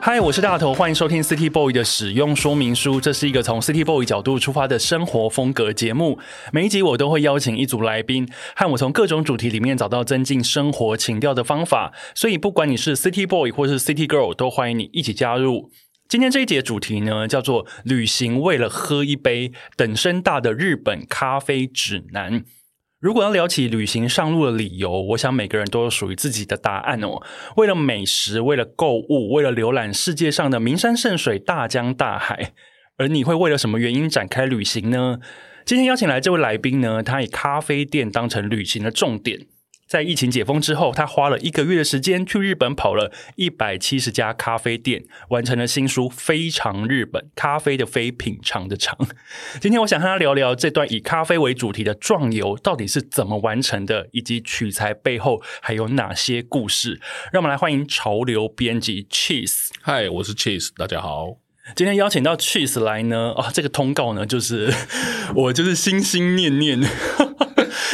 嗨，我是大头，欢迎收听 City Boy 的使用说明书。这是一个从 City Boy 角度出发的生活风格节目。每一集我都会邀请一组来宾，和我从各种主题里面找到增进生活情调的方法。所以，不管你是 City Boy 或是 City Girl，都欢迎你一起加入。今天这一节主题呢，叫做“旅行为了喝一杯”，等身大的日本咖啡指南。如果要聊起旅行上路的理由，我想每个人都有属于自己的答案哦。为了美食，为了购物，为了浏览世界上的名山胜水、大江大海，而你会为了什么原因展开旅行呢？今天邀请来这位来宾呢，他以咖啡店当成旅行的重点。在疫情解封之后，他花了一个月的时间去日本跑了一百七十家咖啡店，完成了新书《非常日本》咖啡的非品尝的尝。今天我想和他聊聊这段以咖啡为主题的壮游到底是怎么完成的，以及取材背后还有哪些故事。让我们来欢迎潮流编辑 Cheese。嗨，我是 Cheese，大家好。今天邀请到 Cheese 来呢，啊，这个通告呢，就是 我就是心心念念，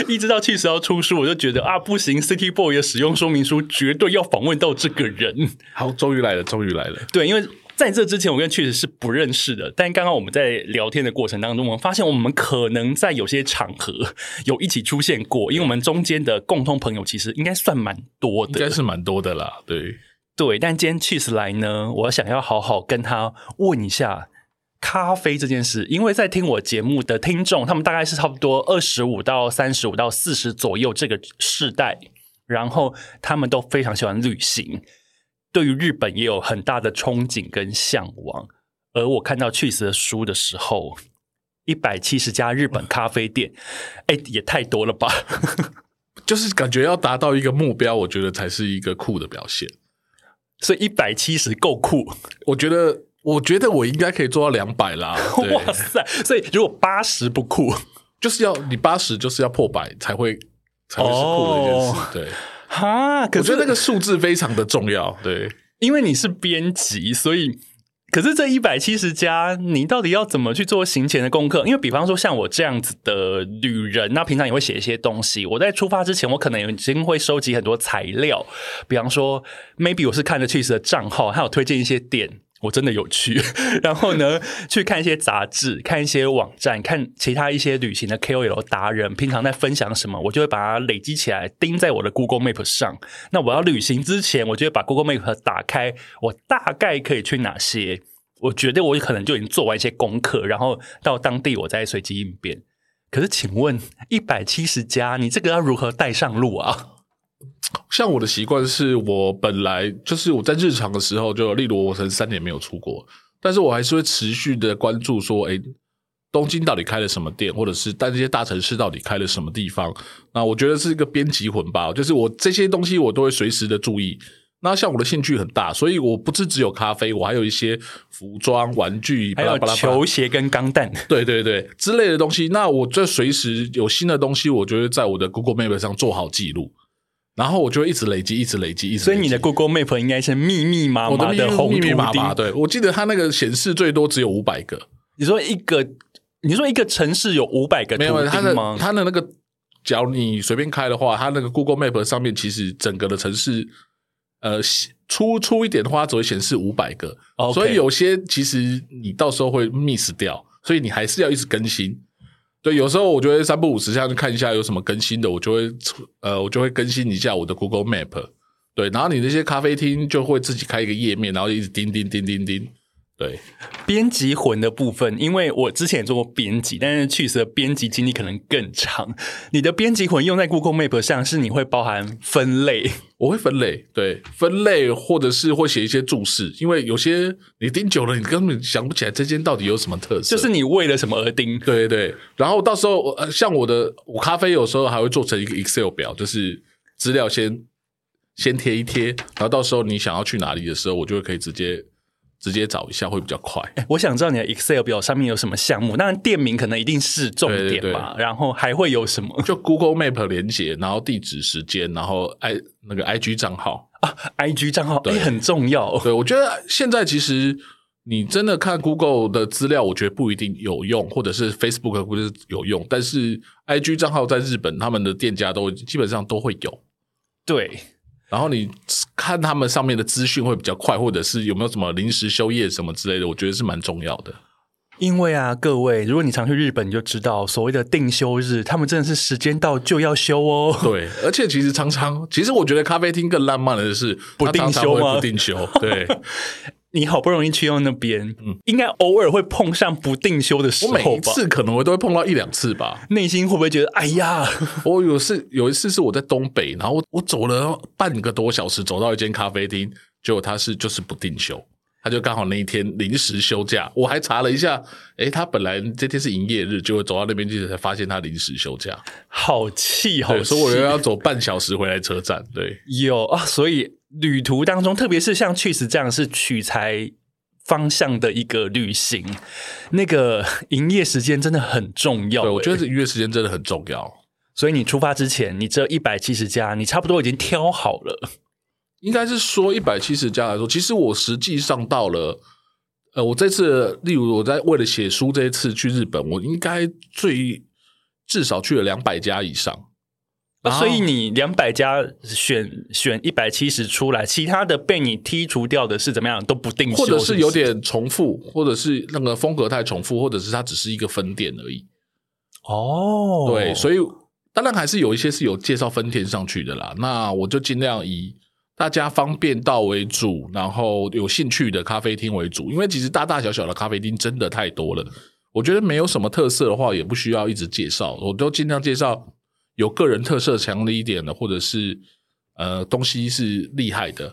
一直到 Cheese 要出书，我就觉得啊，不行，City Boy 的使用说明书绝对要访问到这个人。好，终于来了，终于来了。对，因为在这之前，我跟 Cheese 是不认识的，但刚刚我们在聊天的过程当中，我们发现我们可能在有些场合有一起出现过，因为我们中间的共通朋友其实应该算蛮多应该的。是蛮多的啦，对，对，但今天 Cheese 来呢，我想要好好跟他问一下咖啡这件事，因为在听我节目的听众，他们大概是差不多二十五到三十五到四十左右这个世代，然后他们都非常喜欢旅行，对于日本也有很大的憧憬跟向往。而我看到 Cheese 的书的时候，一百七十家日本咖啡店，哎，也太多了吧？ 就是感觉要达到一个目标，我觉得才是一个酷的表现。所以一百七十够酷。我觉得，我觉得我应该可以做到两百啦。对，哇塞！所以如果八十不酷就是要你八十，就是要破百才会才会是酷的一件事。哦对，哈，可我觉是得那个数字非常的重要。对，因为你是编辑，所以可是这一百七十家，你到底要怎么去做行前的功课？因为比方说像我这样子的旅人，那平常也会写一些东西。我在出发之前，我可能已经会收集很多材料，比方说，maybe 我是看了 Cheese 的账号，还有推荐一些店。我真的有去， 然后呢，去看一些杂志，看一些网站，看其他一些旅行的 KOL 达人，平常在分享什么，我就会把它累积起来，钉在我的 Google Map 上。那我要旅行之前，我就会把 Google Map 打开，我大概可以去哪些？我觉得我可能就已经做完一些功课，然后到当地我再随机应变。可是，请问一百七十家，你这个要如何带上路啊？像我的习惯是我本来就是我在日常的时候就，例如我曾三年没有出国，但是我还是会持续的关注说，诶，东京到底开了什么店，或者是但这些大城市到底开了什么地方？那我觉得是一个编辑魂吧，就是我这些东西我都会随时的注意。那像我的兴趣很大，所以我不是只有咖啡，我还有一些服装、玩具，还 巴有拉巴拉巴拉球鞋跟钢 弹，对对对，之类的东西。那我这随时有新的东西，我就会在我的 Google Map 上做好记录，然后我就会一直累积，一直累积，一直累积。所以你的 Google Map 应该是密密麻我的麻密红密密图麻麻，钉。对我记得它那个显示最多只有五百个，你说一个，你说一个城市有五百个图没有它的钉吗？它的那个，假如你随便开的话，它那个 Google Map 上面其实整个的城市，呃，粗粗一点的话它只会显示五百个 OK 所以有些其实你到时候会 miss 掉，所以你还是要一直更新。对，有时候我就会三不五时这样去看一下有什么更新的，我就会呃，我就会更新一下我的 Google Map，对，然后你那些咖啡厅就会自己开一个页面，然后一直叮叮叮叮叮。对，编辑魂的部分，因为我之前也做过编辑，但是去死的编辑经历可能更长。你的编辑魂用在 Google Map 上，是你会包含分类，我会分类，对，分类或者是会写一些注释，因为有些你盯久了，你根本想不起来这间到底有什么特色。就是你为了什么而定。对对，然后到时候呃，像我的我咖啡有时候还会做成一个 Excel 表，就是资料先先贴一贴，然后到时候你想要去哪里的时候，我就会可以直接直接找一下，会比较快。哎我想知道你的 Excel 表上面有什么项目，当然店名可能一定是重点吧，对对对然后还会有什么就 Google Map 连接，然后地址、时间，然后 i 那个 IG 账号。 IG 账号，哎、对很重要。对，我觉得现在其实你真的看 Google 的资料，我觉得不一定有用，或者是 Facebook 不是有用，但是 IG 账号在日本他们的店家都基本上都会有。对，然后你看他们上面的资讯会比较快，或者是有没有什么临时休业什么之类的，我觉得是蛮重要的。因为啊，各位，如果你常去日本，你就知道所谓的定休日，他们真的是时间到就要休哦。对，而且其实常常，其实我觉得咖啡厅更浪漫的是不它常定常休会吗不定休， 对你好不容易去到那边，应该偶尔会碰上不定休的时嗯我候吧？每一次可能我都会碰到一两次吧。内心会不会觉得，哎呀， 我有次有一次是我在东北，然后我我走了半个多小时，走到一间咖啡厅，结果他是就是不定休，他就刚好那一天临时休假。我还查了一下，诶，他本来这天是营业日，结果走到那边去才发现他临时休假，好气，好对，气所以我又要走半小时回来车站。对，有啊！所以旅途当中，特别是像去 h 这样是取材方向的一个旅行，那个营业时间真的很重要、对，我觉得欸这约时间真的很重要。所以你出发之前，你这一百七十家，你差不多已经挑好了。应该是说一百七十家来说，其实我实际上到了，呃，我这次例如我在为了写书这一次去日本，我应该最至少去了两百家以上。啊、然后所以你两百家选选一百七十出来，其他的被你剔除掉的是怎么样都不定休，或者是不有点重复，或者是那个风格太重复，或者是它只是一个分店而已。哦，对，以所以当然还是有一些是有介绍分店上去的啦。那我就尽量以大家方便到为主，然后有兴趣的咖啡厅为主，因为其实大大小小的咖啡厅真的太多了。我觉得没有什么特色的话，也不需要一直介绍，我都尽量介绍有个人特色强烈一点的，或者是呃东西是厉害的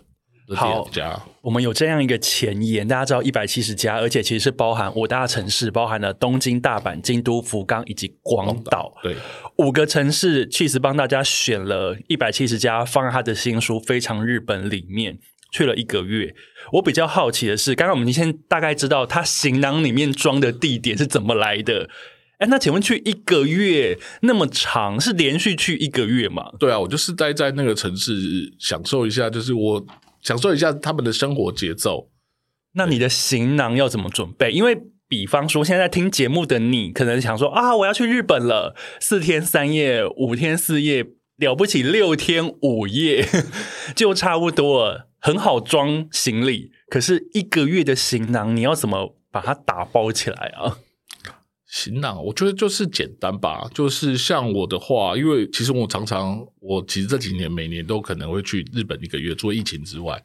的店好家。我们有这样一个前言，大家知道一百七十家，而且其实是包含五大城市，包含了东京、大阪、京都、福冈以及广岛。对，五个城市，确实帮大家选了一百七十家，放在他的新书《非常日本》里面。去了一个月，我比较好奇的是，刚刚我们先大概知道他行囊里面装的地点是怎么来的。哎，那请问去一个月那么长，是连续去一个月吗？对啊，我就是待在那个城市享受一下，就是我享受一下他们的生活节奏。那你的行囊要怎么准备？因为比方说，现在在听节目的你，可能想说啊，我要去日本了，四天三夜，五天四夜，了不起六天五夜 就差不多了，很好装行李。可是一个月的行囊，你要怎么把它打包起来啊？行囊，我觉得就是简单吧，就是像我的话，因为其实我常常，我其实这几年每年都可能会去日本一个月，除了疫情之外，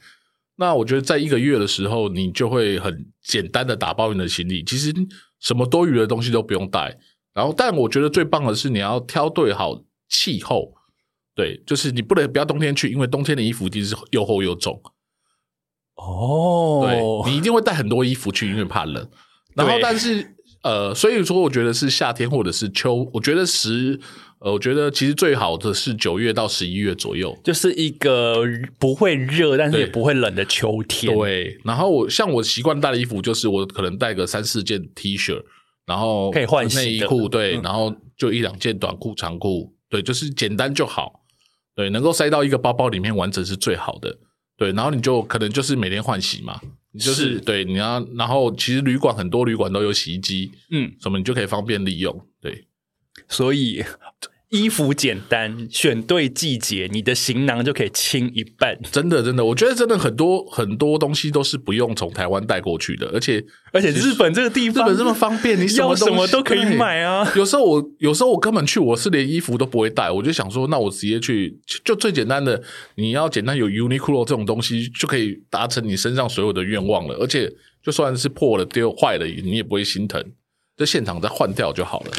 那我觉得在一个月的时候，你就会很简单的打包你的行李，其实什么多余的东西都不用带。然后，但我觉得最棒的是你要挑对好气候，对，就是你不能不要冬天去，因为冬天的衣服一定是又厚又重。哦对，你一定会带很多衣服去，因为怕冷。然后对，但是呃，所以说我觉得是夏天或者是秋，我觉得十呃，我觉得其实最好的是九月到十一月左右。就是一个不会热，但是也对不会冷的秋天。对，然后我像我习惯带的衣服就是我可能带个三四件 T 恤，然后可以换洗的嗯内衣裤，对，然后就一两件短裤、长裤，对，就是简单就好，对，能够塞到一个包包里面完整是最好的，对，然后你就可能就是每天换洗嘛，你就是是对，你要，然后其实旅馆很多旅馆都有洗衣机，嗯，什么你就可以方便利用，对，所以衣服简单，选对季节，你的行囊就可以轻一半。真的真的，我觉得真的很多很多东西都是不用从台湾带过去的，而且而且日本这个地日方，本这么方便，你要么什什么都可以买啊。 有时候我有时候我根本去，我是连衣服都不会带，我就想说，那我直接去就最简单的，你要简单有 Uniqlo 这种东西就可以达成你身上所有的愿望了，而且就算是破了丢坏了，你也不会心疼，在现场再换掉就好了。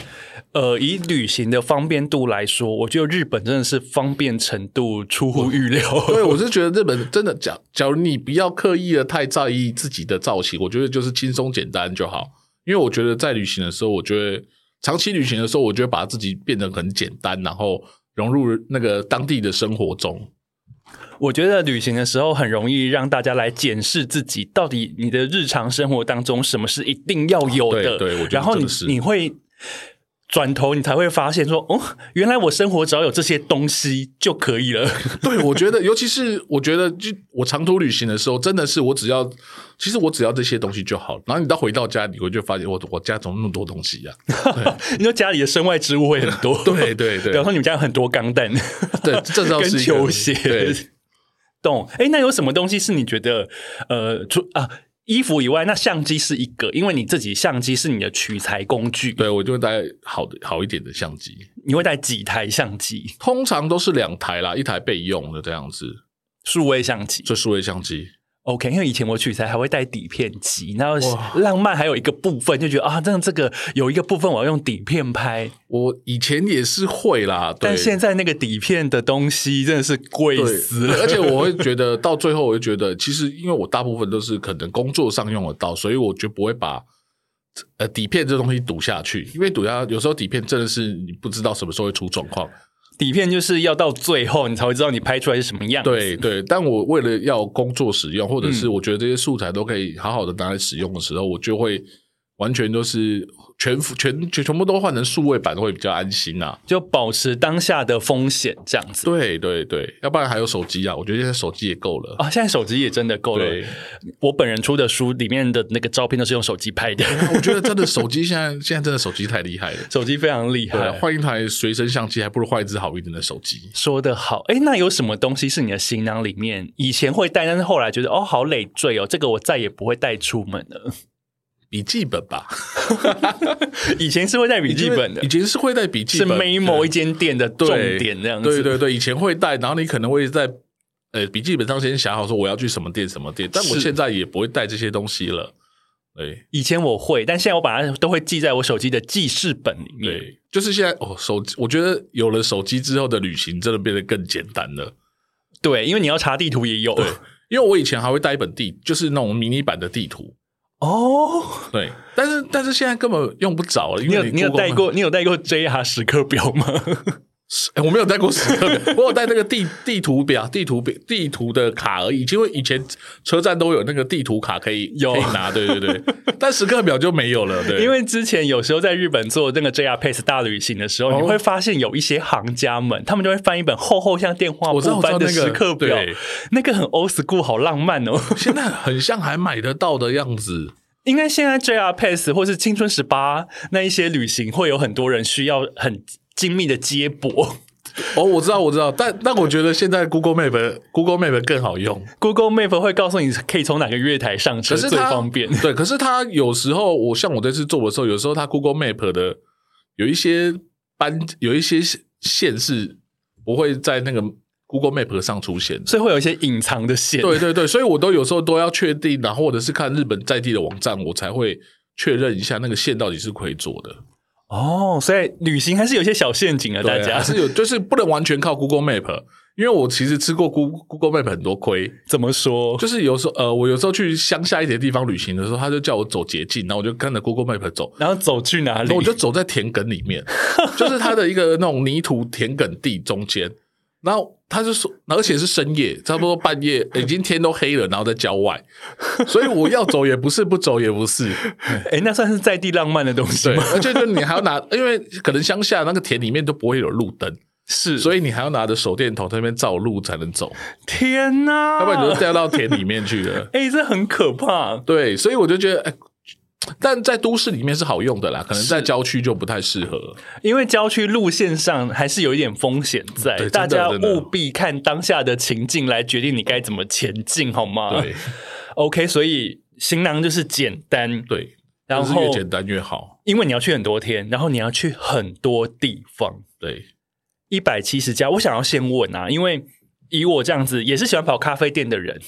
呃，以旅行的方便度来说，我觉得日本真的是方便程度出乎预料。对，我是觉得日本真的，假假如你不要刻意的太在意自己的造型，我觉得就是轻松简单就好。因为我觉得在旅行的时候，我觉得长期旅行的时候，我觉得把自己变得很简单，然后融入那个当地的生活中。 我觉得旅行的时候很容易让大家来检视自己，到底你的日常生活当中什么是一定要有的。哦对对我觉得然后真你的是你会转头，你才会发现说，哦，原来我生活只要有这些东西就可以了。 对，我觉得，尤其是我觉得，就我长途旅行的时候，真的是我只要，其实我只要这些东西就好。然后你到回到家，你会就发现，我我家怎么那么多东西呀、 你说家里的身外之物会很多，对对对比方说你们家有很多钢弹， 对，这倒跟是一个球鞋对，懂？哎，那有什么东西是你觉得呃，除啊衣服以外，那相机是一个，因为你自己相机是你的取材工具，对我就会带好的好一点的相机。你会带几台相机？通常都是两台啦，一台备用的这样子，数位相机就数位相机。 ，OK。因为以前我取材还会带底片机，然后哇浪漫还有一个部分就觉得啊，这样这个有一个部分我要用底片拍，我以前也是会啦，对但现在那个底片的东西真的是贵对死了，而且我会觉得到最后，我就觉得其实因为我大部分都是可能工作上用得到，所以我就不会把呃底片这东西赌下去，因为赌下有时候底片真的是你不知道什么时候会出状况。底片就是要到最后你才会知道你拍出来是什么样子。对对，但我为了要工作使用，或者是我觉得这些素材都可以好好的拿来使用的时候，我就会完全都是全全全全部都换成数位版会比较安心啊。就保持当下的风险这样子。对对对，要不然还有手机啊，我觉得现在手机也够了。 啊，现在手机也真的够了对。我本人出的书里面的那个照片都是用手机拍的， 我觉得真的手机现在现在真的手机太厉害了，手机非常厉对，害。换一台随身相机还不如换一只好一点的手机。说的好，哎，那有什么东西是你的行囊里面以前会带，但是后来觉得哦好累赘哦，这个我再也不会带出门了。 笔记本吧，以前是会带笔记本的以，前是会带笔记是本， memo 一间店的重对点这样子。对对对，以前会带，然后你可能会在呃笔记本上先想好说我要去什么店什么店，但我是现在也不会带这些东西了。对以前我会，但现在我把它都会记在我手机的记事本里面。对，就是现在哦，手机我觉得有了手机之后的旅行真的变得更简单了。对，因为你要查地图也有。因为我以前还会带一本地，就是那种迷你版的地图， 哦，对，但是但是现在根本用不着了，因你有为你有 Google 带嘛过你有带过 JR 时刻表吗？哎、我没有带过时刻表，我有带那个地地图表、地图表、地图的卡而已。因为以前车站都有那个地图卡可以有可以拿，对 对对。但时刻表就没有了，对。因为之前有时候在日本做那个 JR Pace 大旅行的时候，哦你会发现有一些行家们，他们就会翻一本厚厚像电话我知道簿般我知的道那个时刻表对，那个很 old school，好浪漫哦。 现在很像还买得到的样子，应该现在 JR Pace 或是青春十八那一些旅行，会有很多人需要很精密的接驳。 哦，我知道，我知道，但但我觉得现在 Google Map Google Map 更好用， Google Map 会告诉你可以从哪个月台上车可是最它方便。 对，可是它有时候，我像我这次做的时候，有时候它 Google Map 的有一些班有一些县市不会在那个 Google Map 上出现的。所以会有一些隐藏的线，对对对，所以我都有时候都要确定，然后或者是看日本在地的网站，我才会确认一下那个线到底是可以做的。哦，所以旅行还是有一些小陷阱的，大对啊家 还是有，就是不能完全靠 Google Map，因为我其实吃过 Google Google Map 很多亏，怎么说？就是有时候呃，我有时候去乡下一点地方旅行的时候，他就叫我走捷径，然后我就跟着 Google Map 走。然后走去哪然里后？我 就走在田埂里面，就是它的一个那种泥土田埂地中间，然后他就说，而且是深夜，差不多半夜，已经天都黑了，然后在郊外，所以我要走也不是，不走也不是，哎，那算是在地浪漫的东西对，吗？而且就你还要拿，因为可能乡下那个田里面都不会有路灯， 是，所以你还要拿着手电筒在那边照路才能走，天哪！ 。要不然你就掉到田里面去了哎，这很可怕。对，所以我就觉得，哎，但在都市里面是好用的啦，可能在郊区就不太适合。因为郊区路线上还是有一点风险在，对真的大家真的务必看当下的情境来决定你该怎么前进，好吗？对，OK，所以行囊就是简单，对，然就是后越简单越好。因为你要去很多天，然后你要去很多地方，对，一百七十家，我想要先问啊，因为以我这样子也是喜欢跑咖啡店的人，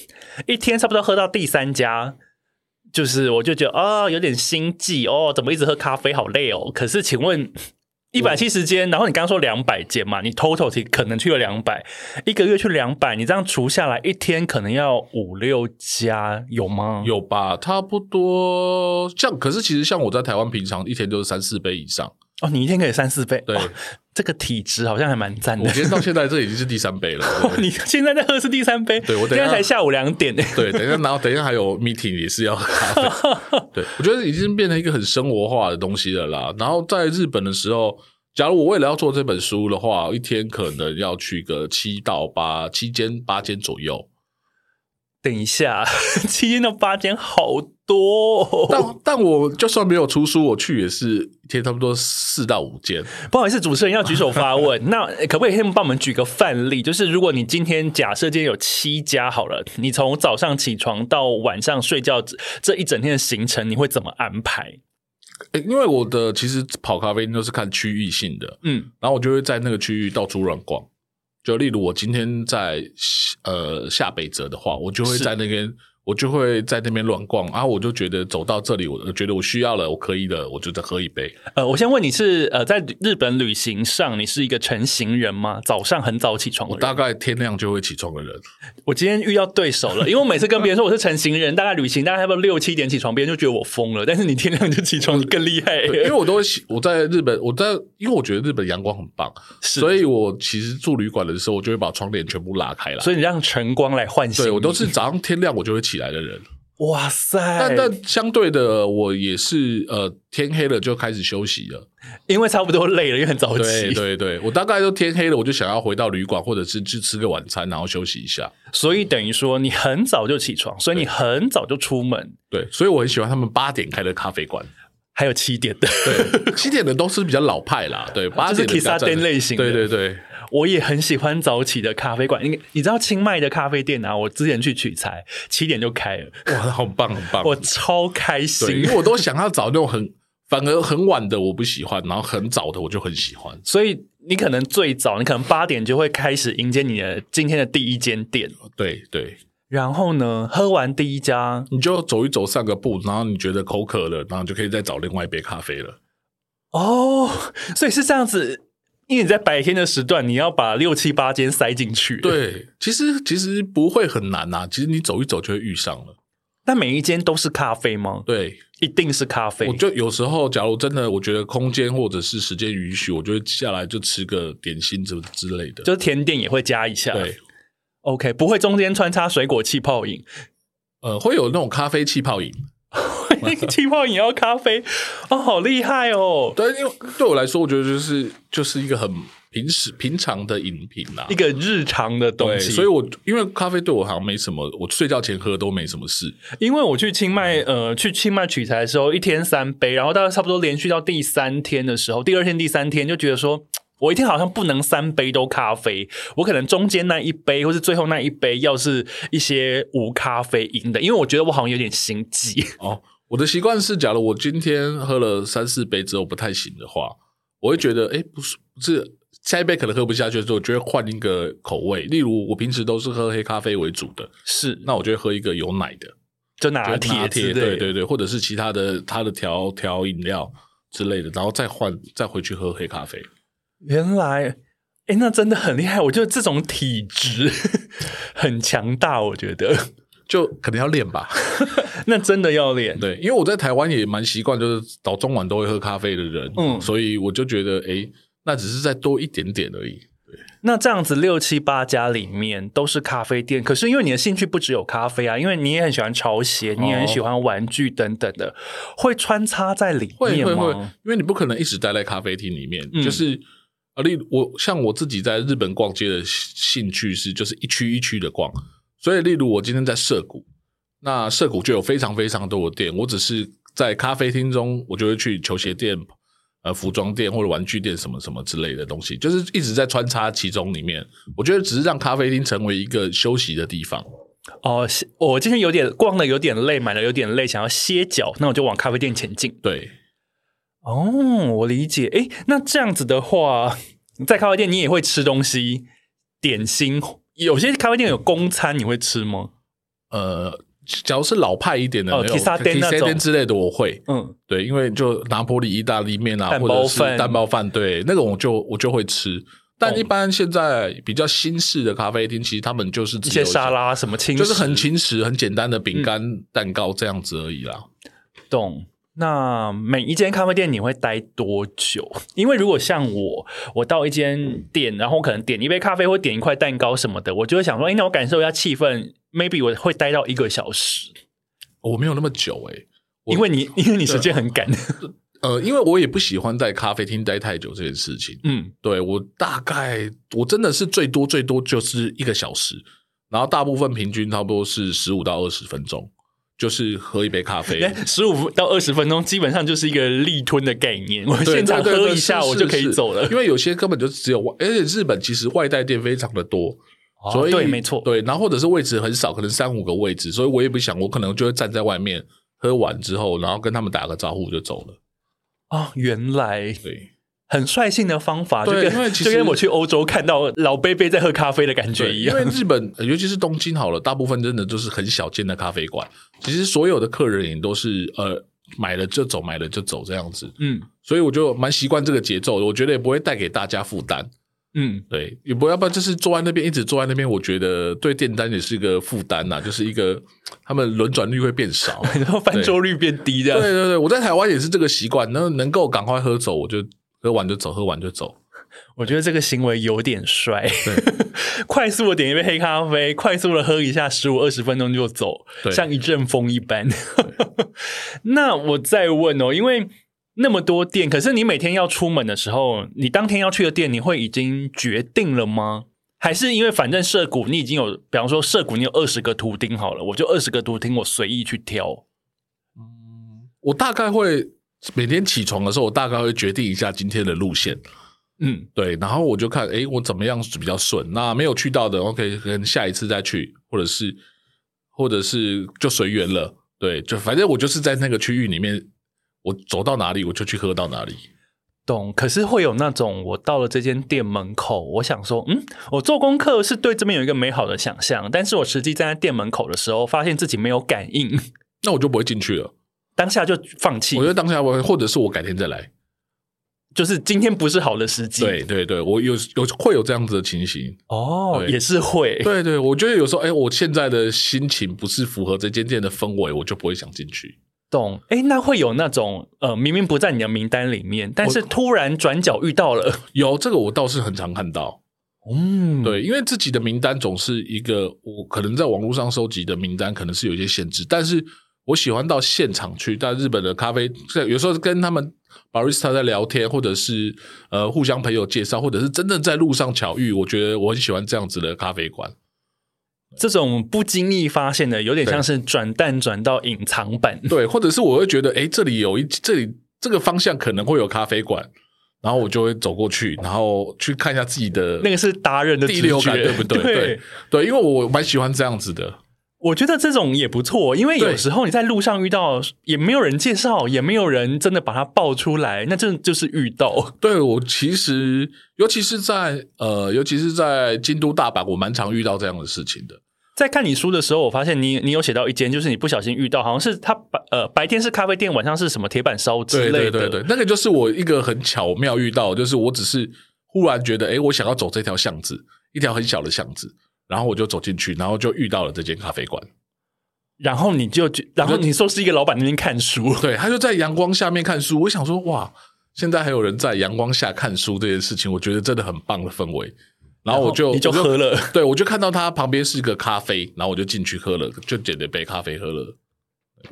一天差不多喝到第三家，就是我就觉得啊、有点心悸哦，怎么一直喝咖啡好累哦。可是请问一百七十间，然后你刚刚说两百间嘛，你 total 其可能去了两百，一个月去两百，你这样除下来一天可能要五六家，有吗？有吧，差不多。像可是其实像我在台湾，平常一天就是三四杯以上。哦，你一天可以三四倍，对哦这个体质好像还蛮赞我的。今天到现在这已经是第三杯了。对 你现在在喝是第三杯，对我等一现下在才下午两点，对，等一下，然后等一下还有 meeting 也是要喝 咖啡。对，我觉得已经变成一个很生活化的东西了啦。然后在日本的时候，假如我为了要做这本书的话，一天可能要去个七到八、七间、八间左右。等一下， 七间到八间好多、但哦。但我就算没有出书，我去也是一天差不多四到五间。不好意思，主持人要举手发问。 那可不可以先帮我们举个范例？就是如果你今天假设今天有七家好了，你从早上起床到晚上睡觉这这一整天的行程，你会怎么安排？诶因为我的其实跑咖啡店都是看区域性的，嗯，然后我就会在那个区域到处乱逛。就例如我今天在呃下北泽的话，我就会是在那边，我就会在那边乱逛啊。我就觉得走到这里，我觉得我需要了，我可以了，我就再喝一杯。呃，我先问你是呃，在日本旅行上，你是一个成型人吗？早上很早起床的我人大概天亮就会起床 的人，我今天遇到对手 了，因为我每次跟别人说我是成型人，大概旅行大概差不多六七点起床，别人就觉得我疯了。但是你天亮就起床，你更厉害。对因为我都会喜我在日本，我在因为我觉得日本阳光很棒，是所以我其实住旅馆的时候，我就会把窗帘全部拉开来。所以你让晨光来唤醒你。对我都是早上天亮我就会起来的人。哇塞！但但相对的，我也是呃，天黑了就开始休息了。因为差不多累了，因为很早 对起，对对，我大概都天黑了，我就想要回到旅馆，或者是去吃个晚餐，然后休息一下。所以等于说你很早就起床，所以你很早就出门，对，所以我很喜欢他们八点开的咖啡馆。还有七点的。 对，七点的都是比较老派啦，对，八点的比较 Kissa Den 类型的对对对，我也很喜欢早起的咖啡馆，你你知道清迈的咖啡店啊，我之前去取材，七点就开了，哇，好棒很棒。我超开对，心因。为我都想要找那种很，反而很晚的我不喜欢，然后很早的我就很喜欢。所以你可能最早，你可能八点就会开始迎接你的今天的第一间店，对对，然后呢，喝完第一家，你就走一走，散个步，然后你觉得口渴了，然后就可以再找另外一杯咖啡了。哦，所以是这样子，因为你在白天的时段，你要把六七八间塞进去，。对，其实其实不会很难呐、其实你走一走就会遇上了。那每一间都是咖啡吗？对，一定是咖啡我。就有时候，假如真的我觉得空间或者是时间允许，我就会下来就吃个点心之之类的。就是甜点也会加一下，对， ，OK，不会中间穿插水果气泡 饮，呃，会有那种咖啡气泡饮，那个气泡饮要咖啡，哦，好厉害哦，但因为对我来说，我觉得就是就是一个很平时平常的饮品啦、一个日常的东对，西。所以我因为咖啡对我好像没什么，我睡觉前喝都没什么事。因为我去清迈，呃，去清迈取材的时候，一天三杯，然后大概差不多连续到第三天的时候，第二天、第三天就觉得说，嘖我一天好像不能三杯都咖啡，我可能中间那一杯或是最后那一杯要是一些无咖啡因的，因为我觉得我好像有点心悸。 哦，我的习惯是，假如我今天喝了三四杯之后不太行的话，我会觉得，哎，不是不是，下一杯可能喝不下去的时候，我就会换一个口味。例如，我平时都是喝黑咖啡为主的，是，那我就会喝一个有奶的，就拿就是拿铁之类铁，的对对对，或者是其他的它的调调饮料之类的，然后再换再回去喝黑咖啡。原来，哎，那真的很厉害。我觉得这种体质 很强大，我觉得 就可能要练吧，那真的要练。 对，因为我在台湾也蛮习惯，就是早中晚都会喝咖啡的人，嗯嗯，所以我就觉得，哎、那只是再多一点点而已。那这样子六七八家里面都是咖啡店，可是因为你的兴趣不只有咖啡啊，因为你也很喜欢潮鞋，你也很喜欢玩具等等的，会穿插在里会面会吗？会，因为你不可能一直待在咖啡厅里面，嗯就是啊，例如我像我自己在日本逛街的兴趣是，就是一区一区的逛。所以，例如我今天在涩谷，那涩谷就有非常非常多的店，我只是在咖啡厅中，我就会去球鞋店、呃服装店或者玩具店什么什么之类的东西，就是一直在穿插其中里面。我觉得只是让咖啡厅成为一个休息的地方。哦，是我今天有点逛的有点累，买的有点累，想要歇脚，那我就往咖啡店前进。对，哦，我理解。诶，那这样子的话，在咖啡店你也会吃东西，点心。有些咖啡店有公餐，你会吃吗？呃，假如是老派一点的哦那种 Kissa Den 那种 Kissa Den 之类的，我会。嗯，对，因为就拿坡里意大利面啊，蛋或包者是饭哦蛋包饭，对，那个我就我就会吃。但一般现在比较新式的咖啡厅，其实他们就是一只些有沙，拉什么轻食，嗯就是很轻食、很简单的饼干、蛋糕这样子而已啦。懂。那每一间咖啡店你会待多久？因为如果像我，我到一间店，然后可能点一杯咖啡或点一块蛋糕什么的，我就会想说，哎、那我感受一下气氛，maybe 我会待到一个小时，哦我没有那么久诶、欸我因为你因为你时间很赶，呃，因为我也不喜欢在咖啡厅待太久这件事情。嗯，对我大概我真的是最多最多就是一个小时，然后大部分平均差不多是十五到二十分钟，就是喝一杯咖啡。哎十五到二十分钟基本上就是一个力吞的概念，我对现场对对喝对一下是我就是可以是走了。因为有些根本就只有外，而且日本其实外带店非常的多，哦所以对，没错，对，然后或者是位置很少，可能三五个位置，所以我也不想，我可能就会站在外面喝完之后，然后跟他们打个招呼就走了。哦，原来对，很率性的方法，就对跟因为其就跟实我去欧洲看到老贝贝在喝咖啡的感觉对，一因样为。日本呃尤其是东京好了，大部分真的就是很小间的咖啡馆，其实所有的客人也都是呃买了就走，买了就走这样子，嗯所以我就蛮习惯这个节奏的，我觉得也不会带给大家负担。嗯，对，也不要不然就是坐在那边一直坐在那边，我觉得对订单也是一个负担呐、就是一个他们轮转率会变少。然后翻桌率变低这对对样。对，我在台湾也是这个习惯，能能够赶快喝走，我就喝完就走，喝完就走。我觉得这个行为有点帅对， 快速的点一杯黑咖啡，快速的喝一下，十五二十分钟就走，对像一阵风一般。 那我再问哦，因为那么多店，可是你每天要出门的时候，你当天要去的店，你会已经决定了吗？还是因为反正涉谷你已经有，比方说涉谷你有二十个图钉好了，我就二十个图钉，我随意去挑。我大概会每天起床的时候，我大概会决定一下今天的路线。嗯，对，然后我就看，诶，我怎么样比较顺？那没有去到的，OK，可能下一次再去，或者是，或者是就随缘了。对，就反正我就是在那个区域里面，我走到哪里我就去喝到哪里。懂，可是会有那种我到了这间店门口，我想说，嗯，我做功课是对这边有一个美好的想象，但是我实际站在店门口的时候，发现自己没有感应，那我就不会进去了。当下就放弃我觉，得当下我，或者是我改天再来。就是今天不是好的时机。对，对对，我有有会有这样子的情形。哦，对也是会。对对，我觉得有时候，哎，我现在的心情不是符合这间店的氛围，我就不会想进去。懂，哎，那会有那种呃，明明不在你的名单里面，但是突然转角遇到 了，有这个，我倒是很常看到。嗯，，对，因为自己的名单总是一个，我可能在网络上收集的名单可能是有一些限制，但是我喜欢到现场去，到日本的咖啡，在有时候跟他们 barista 在聊天，或者是呃互相朋友介绍，或者是真正在路上巧遇，我觉得我很喜欢这样子的咖啡馆。这种不经意发现的，有点像是转蛋转到隐藏版。对，或者是我会觉得，诶，这里有一这里这个方向可能会有咖啡馆，然后我就会走过去，然后去看一下自己的那个是达人的第直六觉感，对 不对？对对，因为我蛮喜欢这样子的。我觉得这种也不错，因为有对时候你在路上遇到，也没有人介绍，也没有人真的把它爆出来，那这就是遇到。对我其实，尤其是在呃，尤其是在京都、大阪，我蛮常遇到这样的事情的。在看你书的时候，我发现你你有写到一间，就是你不小心遇到，好像是他白呃白天是咖啡店，晚上是什么铁板烧之对类对的。对对，那个就是我一个很巧妙遇到，就是我只是忽然觉得，诶，我想要走这条巷子，一条很小的巷子，然后我就走进去，然后就遇到了这间咖啡馆。然后你就觉然后你说是一个老板那边看书，对他就在阳光下面看书，我想说，哇，现在还有人在阳光下看书这件事情，我觉得真的很棒的氛围。然后我就然后你就我喝了对我就看到他旁边是一个咖啡，然后我就进去喝了，就点了一杯咖啡喝了。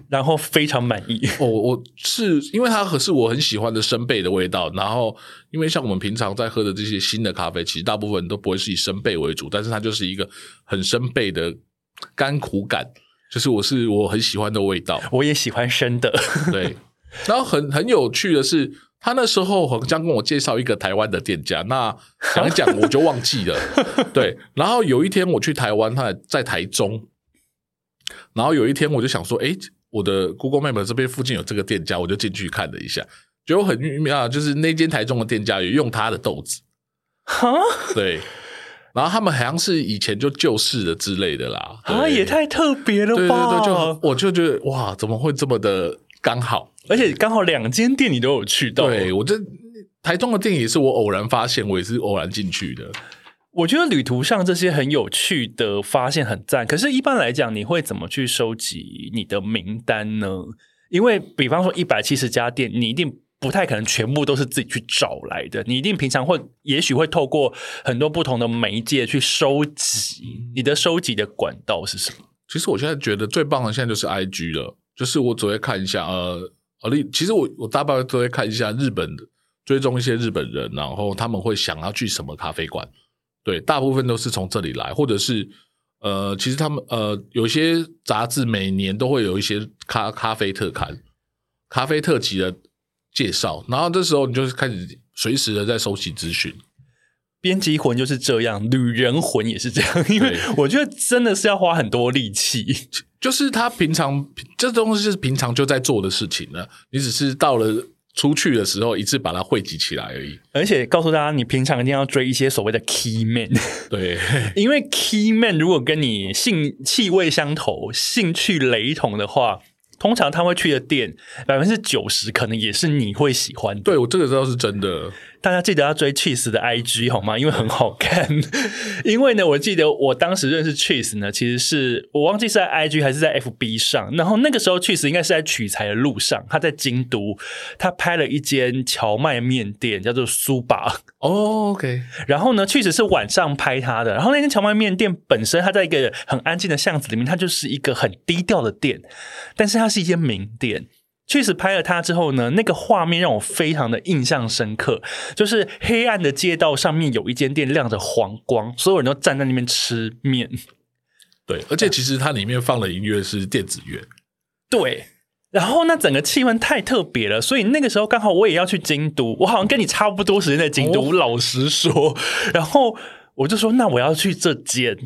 然后非常满意。 哦，我是因为它可是我很喜欢的生贝的味道，然后因为像我们平常在喝的这些新的咖啡，其实大部分都不会是以生贝为主，但是它就是一个很生贝的甘苦感，就是我是我很喜欢的味道。我也喜欢生的， 对，然后很很有趣的是，他那时候好像跟我介绍一个台湾的店家，那讲一讲我就忘记了。对，然后有一天我去台湾，他在台中，然后有一天我就想说，诶，我的 Google Map 这边附近有这个店家，我就进去看了一下，结果很妙啊，就是那间台中的店家也用他的豆子，哈对。然后他们好像是以前就旧式的之类的啦，啊，对也太特别了对对吧！对，就我就觉得哇，怎么会这么的刚好？而且刚好两间店你都有去到，对，我这台中的电影也是我偶然发现，我也是偶然进去的。我觉得旅途上这些很有趣的发现很赞，可是，一般来讲，你会怎么去收集你的名单呢？因为，比方说一百七十家店，你一定不太可能全部都是自己去找来的，你一定平常会，也许会透过很多不同的媒介去收集。你的收集的管道是什么？其实我现在觉得最棒的现在就是 I G 了，就是我只会看一下呃，呃，例其实我我大半都会看一下日本的，追踪一些日本人，然后他们会想要去什么咖啡馆。对，大部分都是从这里来，或者是呃，其实他们呃，有些杂志每年都会有一些咖咖啡特刊、咖啡特辑的介绍，然后这时候你就是开始随时的在收集资讯。编辑魂就是这样，旅人魂也是这样，因为对 我觉得真的是要花很多力气。就是他平常这东西是平常就在做的事情了，你只是到了出去的时候一次把它汇集起来而已。而且告诉大家，你平常一定要追一些所谓的 key man。对， 因为 key man 如果跟你兴气味相投、兴趣雷同的话，通常他会去的店百分之九十可能也是你会喜欢的。对我这个倒是真的。大家记得要追 Cheese 的 IG 好吗？因为很好看。 因为呢，我记得我当时认识 Cheese 呢，其实是我忘记是在 IG 还是在 FB 上。然后那个时候 Cheese 应该是在取材的路上，他在京都，他拍了一间荞麦面店，叫做苏巴。哦、o k 然后呢，确实是晚上拍他的。然后那间荞麦面店本身，它在一个很安静的巷子里面，它就是一个很低调的店，但是它是一间名店。确实拍了它之后呢，那个画面让我非常的印象深刻，就是黑暗的街道上面有一间店亮着黄光，所有人都站在那边吃面。对，而且其实它里面放的音乐是电子乐，对。然后那整个气氛太特别了，所以那个时候刚好我也要去京都，我好像跟你差不多时间在京都，哦老实说，然后我就说那我要去这间，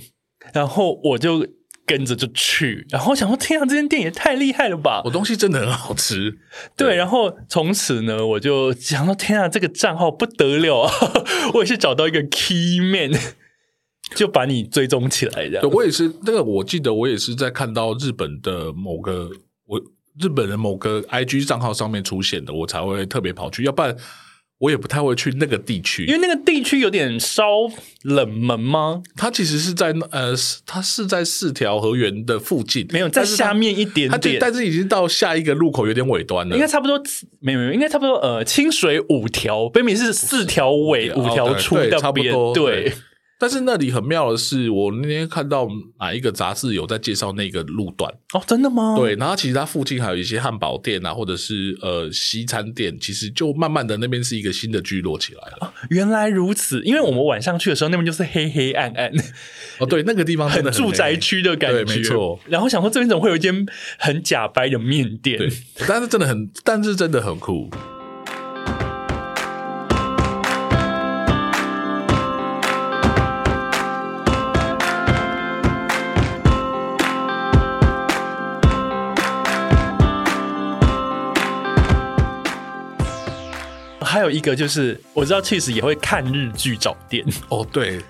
然后我就跟着就去，然后想说天啊，这间店也太厉害了吧我！东西真的很好吃。对，然后从此呢，我就想说天啊，这个账号不得了啊！ 我也是找到一个 key man，就把你追踪起来的对，。我也是那个，我记得我也是在看到日本的某个我日本人某个 IG 账号上面出现的，我才会特别跑去，要不然我也不太会去那个地区，因为那个地区有点稍冷门吗？它其实是在那呃，是它是在四条河原的附近，没有，在但是它下面一点它就点，但是已经到下一个路口有点尾端了应。该差不多，没有没有，应该差不多。呃，清水五条，北米是四条尾，哦五条出对的差不边多，对，但是那里很妙的是，我那天看到哪一个杂志有在介绍那个路段，哦，真的吗？，对，然后其实它附近还有一些汉堡店啊，或者是呃西餐店，其实就慢慢的那边是一个新的聚落起来了。原来如此。因为我们晚上去的时候，那边就是黑黑暗 暗，哦，对，那个地方真的住宅美。区的感觉，对没错。然后想说这边怎么会有一间很假白的面店对？，但是真的很，但是真的很酷。还有一个就是，我知道 Cheese 也会看日剧找店，哦， 对，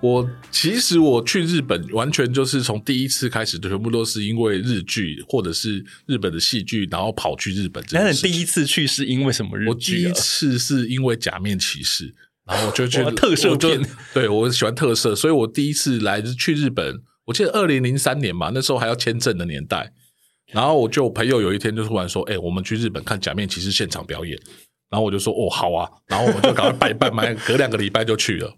我其实我去日本完全就是从第一次开始，全部都是因为日剧或者是日本的戏剧，然后跑去日本这那件你事情。第一次去是因为什么日我第剧一啊？次是因为假面骑士，然后我就觉哇得特摄我就片对我喜欢特摄，所以我第一次来去日本，我记得二零零三年嘛，那时候还要签证的年代。然后我就朋友有一天就突然说：“哎、我们去日本看假面骑士现场表演。”然后我就说：“哦，好啊。”然后我们就赶快办一办， 买隔两个礼拜就去了。啊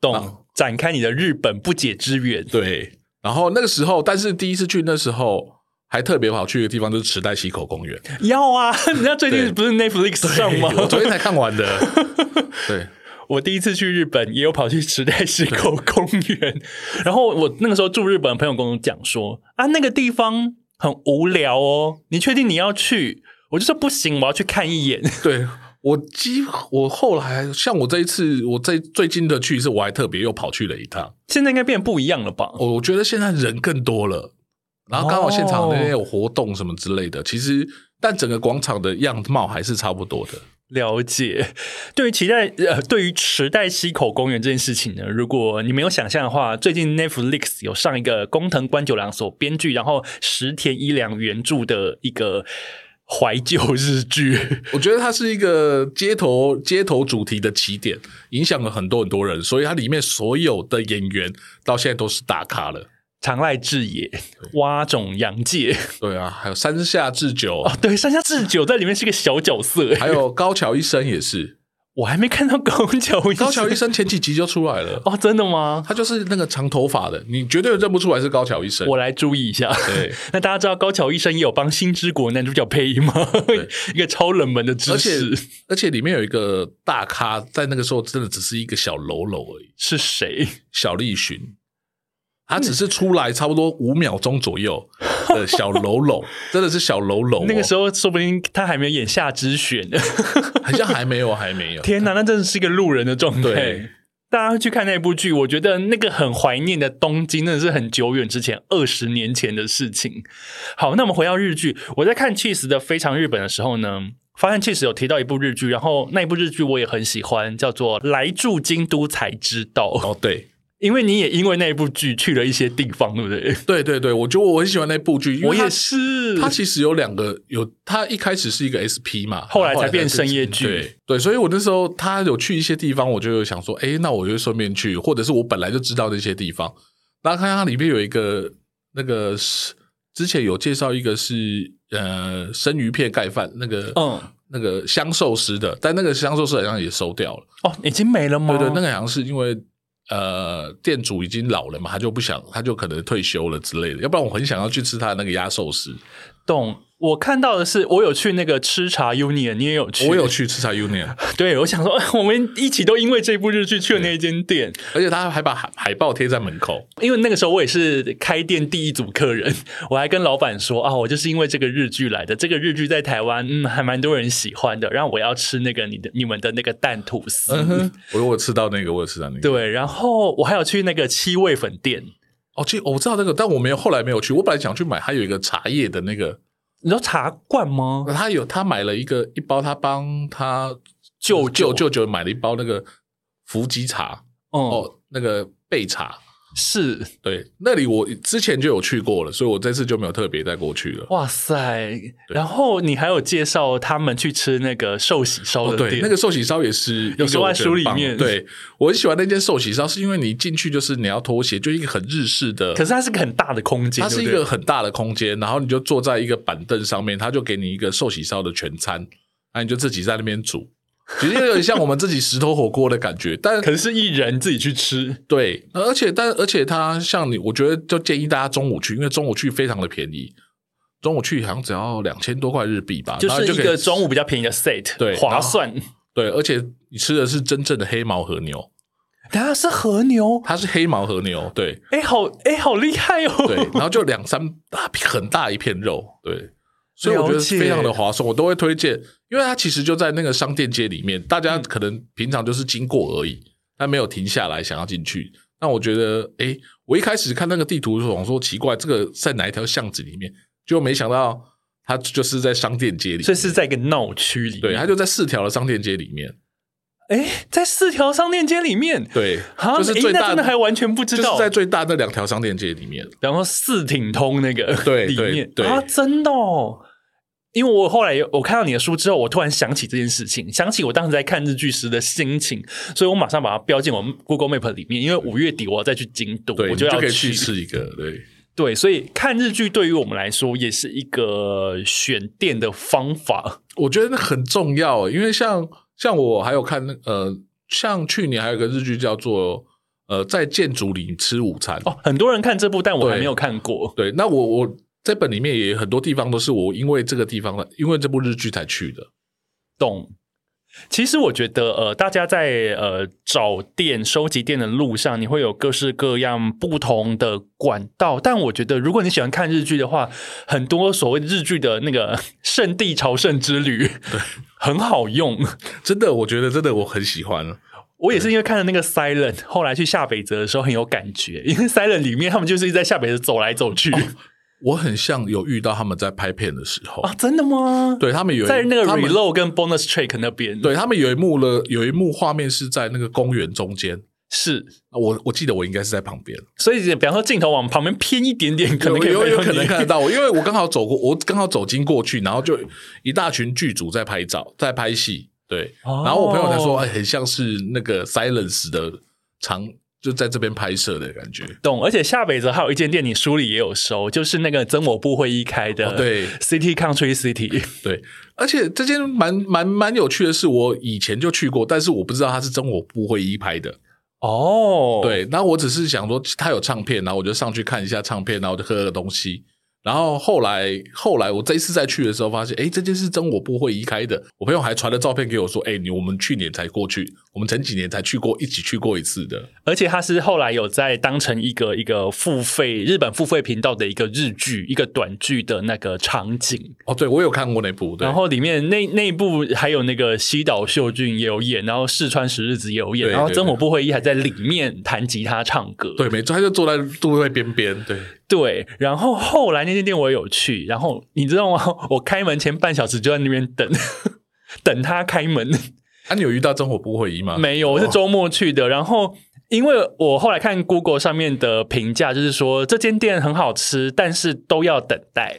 懂？展开你的日本不解之缘，对，然后那个时候，但是第一次去那时候还特别跑去一个地方，就是池袋西口公园。要啊！人家最近对不是 Netflix 上吗？ 我昨天才看完的。对，我第一次去日本也有跑去池袋石口公园， 然后我那个时候住日本的朋友跟我讲说啊，那个地方很无聊哦，你确定你要去？我就说不行，我要去看一眼。 对我几乎我后来像我这一次，我这最近的去一次，我还特别又跑去了一趟。现在应该变不一样了吧？我我觉得现在人更多了，然后刚好现哦场那些有活动什么之类的，其实但整个广场的样貌还是差不多的。了解，对于期待呃，对于池袋西口公园这件事情呢，如果你没有想象的话，最近 Netflix 有上一个工藤官九郎所编剧，然后石田一良原著的一个怀旧日剧。我觉得它是一个街头街头主题的起点，影响了很多很多人，所以它里面所有的演员到现在都是大咖了。长濑智也、蛙种洋介对啊，还有山下智久，哦，对，山下智久在里面是个小角色，还有高桥一生也 是。我还没看到高桥医生高桥一生前几集就出来了，哦，真的吗？他就是那个长头发的，你绝对认不出来是高桥一生。我来注意一下。对， 那大家知道高桥医生也有帮《新之国》男主角配音吗？ 一个超冷门的知而且识而且里面有一个大咖，在那个时候真的只是一个小喽啰而已，是谁？小栗旬。他只嗯是出来差不多五秒钟左右的小喽啰，真的是小喽啰哦、那个时候候说不定他还没有演夏之选。好像还没有，还没 有。天哪，那真的是一个路人的状态对。大家去看那部剧，我觉得那个很怀念的东京，真的是很久远之前，二十年前的事情。好，那我们回到日剧，我在看 Cheese 的《非常日本》的时候呢，发现 Cheese 有提到一部日剧，然后那一部日剧我也很喜欢，叫做《来住京都才知道》， 哦，对，因为你也因为那一部剧去了一些地方，对不对？对对对，我觉得我很喜欢那部剧，因为我它也是，它其实有两个，有它一开始是一个 SP 嘛，后来然才变深夜剧对对，所以我那时候他有去一些地方，我就有想说，哎，那我就顺便去，或者是我本来就知道那些地方。然后看它里面有一个那个是之前有介绍一个是呃生鱼片盖饭那个嗯那个香寿司的，但那个香寿司好像也收掉了。哦，已经没了吗？对对，那个好像是因为呃店主已经老了嘛，他就不想，他就可能退休了之类的。要不然我很想要去吃他的那个鸭寿司。懂。我看到的是，我有去那个吃茶 Union，你也有去，我有去吃茶 Union，对，我想说， 我们一起都因为这部日剧去了那间店，而且他还把海海报贴在门口。因为那个时候我也是开店第一组客人， 我还跟老板说啊，我就是因为这个日剧来的，这个日剧在台湾嗯还蛮多人喜欢的，然后我要吃那个你的你们的那个蛋吐司，嗯哼，我我有吃到那个，我有吃到那个。，对，然后我还有去那个七味粉店，哦，其实我知道那个，但我没有后来没有去。我本来想去买，他有一个茶叶的那个，你知道茶罐吗？他有他买了一个一包，他帮他舅舅舅舅舅买了一包那个伏吉茶，哦，哦，那个焙茶。是，对，那里我之前就有去过了，所以我这次就没有特别再过去了。哇塞！然后你还有介绍他们去吃那个寿喜烧哦，的对，店，那个寿喜烧也是有一个说在我觉得书里很棒的面对我很喜欢那间寿喜烧，是因为你进去就是你要脱鞋，就一个很日式的，可是它是个很大的空间，它是对一不对个很大的空间，然后你就坐在一个板凳上面，他就给你一个寿喜烧的全餐，那你就自己在那边煮，其实有点像我们自己石头火锅的感觉， 但可是是一人自己去吃，对，而且但而且它像你，我觉得就建议大家中午去，因为中午去非常的便宜，中午去好像只要两千多块日币吧，就然后你是一就个可以中午比较便宜的 set，对划算。对，而且你吃的是真正的黑毛和牛， 等下是和牛，它是黑毛和牛，对。哎、好哎、好厉害哦！ 对，然后就两三大很大一片肉，对，所以我觉得非常的划算，我都会推荐，因为它其实就在那个商店街里面，大嗯家可能平常就是经过而已，但没有停下来想要进去。那我觉得，诶，我一开始看那个地图，我想说奇怪，这个在哪一条巷子里面？结果没想到它就是在商店街里所，以是在一个闹区里面，对，它就在四条的商店街里面，哎、在四条商店街里面，对，啊，就是诶最那大真的还完全 不知就道，是在最大那两条商店街里面。然后四挺通那个对里对面对啊，真的、哦。因为我后来有我看到你的书之后，我突然想起这件事情，想起我当时在看日剧时的心情，所以我马上把它标进我 Google Map 里面。因为五月底我要再去京都，对，我你就要可以去吃一个，对，对，所以看日剧对于我们来说也是一个选店的方法。我觉得那很重要，欸因为像像我还有看那呃，像去年还有个日剧叫做呃，在建筑里吃午餐。哦，很多人看这部，但我还对没有看过。对，那我我这本里面也有很多地方都是我因为这个地方的，因为这部日剧才去的。懂？其实我觉得，呃，大家在呃找店、收集店的路上，你会有各式各样不同的管道。但我觉得，如果你喜欢看日剧的话，很多所谓日剧的那个 圣地朝圣之旅，很好用。真的，我觉得真的我很喜欢。我也是因为看了那个 Silent，后来去下北泽的时候很有感觉，因为 Silent 里面他们就是一直在下北泽走来走去、我很像有遇到他们在拍片的时候，啊，真的吗？，对他们有一在那个他们 Reload 跟 Bonus Track 那边，，对他们有一幕了，有一幕画面是在那个公园中间。是，我我记得我应该是在旁边，所以比方说镜头往旁边偏一点点，可能可以有有拍可到能你 看得到我，因为我刚好走过，我刚好走经过去，然后就一大群剧组在拍照，在拍戏，对。哦然后我朋友才说，哎，很像是那个 Silence 的长，就在这边拍摄的感觉。懂，而且下北泽还有一间店，你书里也有收，就是那个曾我部会议开的，哦对，City Country City，对，而且这间蛮蛮蛮有趣的是，我以前就去过，但是我不知道它是真我不会一拍的。哦，，对，那我只是想说他有唱片，然后我就上去看一下唱片，然后就喝个东西。然后后来后来我这一次再去的时候，发现哎，诶这件事真我不会移开的。我朋友还传了照片给我说，哎，你我们去年才过去，我们前几年才去过，一起去过一次的。而且它是后来有在当成一个一个付费日本付费频道的一个日剧，一个短剧的那个场景，哦，对，我有看过那部，对然后里面那那一部还有那个西岛秀俊也有演，然后四川十日子也有演，对然后对曾对我部会议还在里面弹吉他唱歌，对，没错，他就坐在坐在边边，对，对，然后后来那间店我也有去，然后你知道吗？ 我开门前半小时就在那边等， 等他开门。啊，你有遇到真我不会移吗？没有，我是哦周末去的。然后因为我后来看 Google 上面的评价，就是说这间店很好吃，但是都要等待。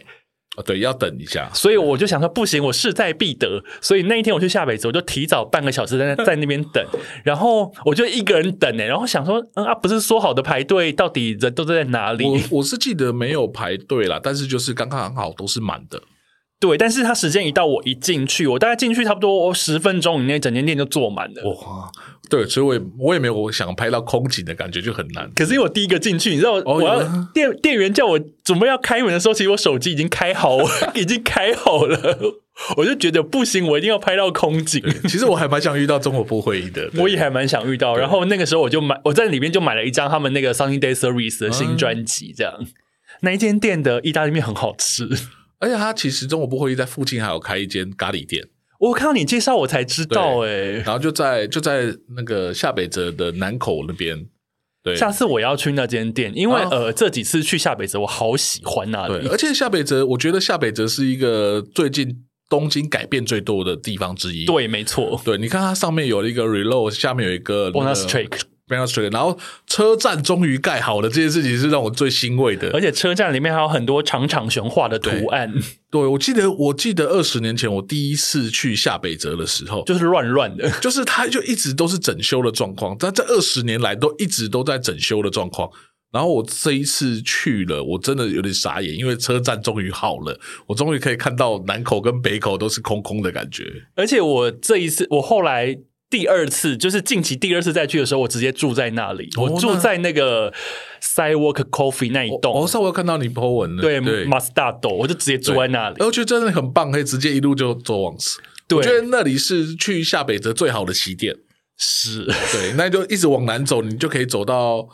哦对，要等一下。所以我就想说，不行，我势在必得。所以那一天我去下北泽，我就提早半个小时在 那在那边等，然后我就一个人等呢、然后想说，嗯啊，不是说好的排队，到底人都在哪里？我我是记得没有排队啦，但是就是刚刚好都是满的。 对，但是它时间一到，我一进去，我大概进去差不多十分钟以内，整间店就坐满了。哇，对，所以我也我也没有想拍到空景的感觉，就很难。可是因为我第一个进去，你知道我，哦我要有啊店店员叫我准备要开门的时候，其实我手机已经开好， 已经开好了，我就觉得不行，我一定要拍到空景。其实我还蛮想遇到中国部会议 的，对我也还蛮想遇到，然后那个时候我就买，我在里面就买了一张他们那个 Sunny Day Service 的新专辑，这嗯样。那一间店的意大利面很好吃， 而且他其实中国部会议在附近还有开一间咖喱店，我看到你介绍我才知道、欸，然后就在就在那个下北泽的南口那边，对下次我要去那间店，因为、哦呃，这几次去下北泽，我好喜欢啊那对，里。而且下北泽，我觉得下北泽是一个最近东京改变最多的地方之一。对，没错。对，你看它上面有一个 reload，下面有一个 Bonus track bonus track，然后车站终于盖好了，这件事情是让我最欣慰的而。且车站里面还有很多长长熊画的图案，对，我记得我记得二十年前我第一次去下北泽的时候，就是乱乱的。 就是它就一直都是整修的状况，但这二十年来都一直都在整修的状况。然后我这一次去了，我真的有点傻眼，因为车站终于好了，我终于可以看到南口跟北口都是空空的感觉。而且我这一次，我后来第二次，就是近期第二次再去的时候，我直接住在那里，哦我住那哦在那个 Sidewalk Coffee 那一我栋，我稍微看到你 po 文了，对对，马斯大斗，我就直接住在那里然。后觉得真的很棒，可以直接一路就走往死。对我觉得那里是去下北泽最好的起点。是，对，那就一直往南走，你就可以走到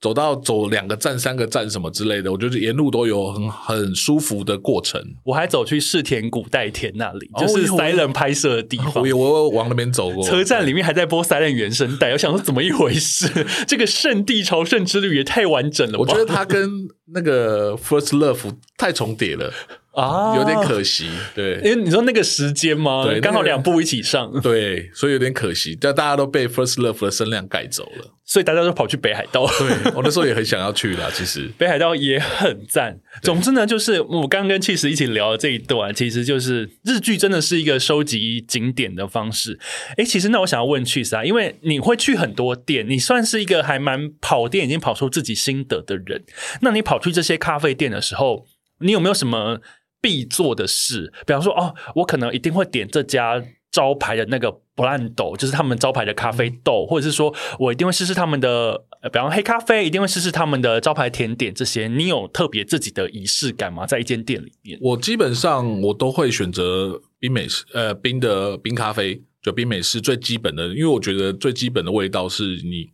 走到走两个站、三个站什么之类的。我觉得沿路都有很很舒服的过程。我还走去世田谷代田那里，哦就是有 Silent 拍摄的地方啊我。哦也我有往那边走过，车站里面还在播 Silent 原声带，我想说怎么一回事？ 这个圣地朝圣之旅也太完整了吧？我觉得它跟那个 First Love 太重叠了，啊，有点可惜。对因为你说那个时间吗对那？个刚好两部一起上，对，所以有点可惜，但大家都被 First Love 的声量盖走了。 所以大家都跑去北海道。 对我那时候也很想要去啦，其实。北海道也很赞。总之呢，就是我刚刚跟 c h 一起聊的这一段，其实就是日剧真的是一个收集景点的方式。诶，其实那我想要问 c h 啊，因为你会去很多店，你算是一个还蛮跑店已经跑出自己心得的人。那你跑去这些咖啡店的时候，你有没有什么必做的事？比方说，哦，我可能一定会点这家招牌的那个布兰豆，就是他们招牌的咖啡豆，或者是说我一定会试试他们的，呃比方黑咖啡，一定会试试他们的招牌甜点这些。你有特别自己的仪式感吗？在一间店里面？我基本上我都会选择冰美式，呃，冰的冰咖啡，酒冰美式最基本的，因为我觉得最基本的味道是你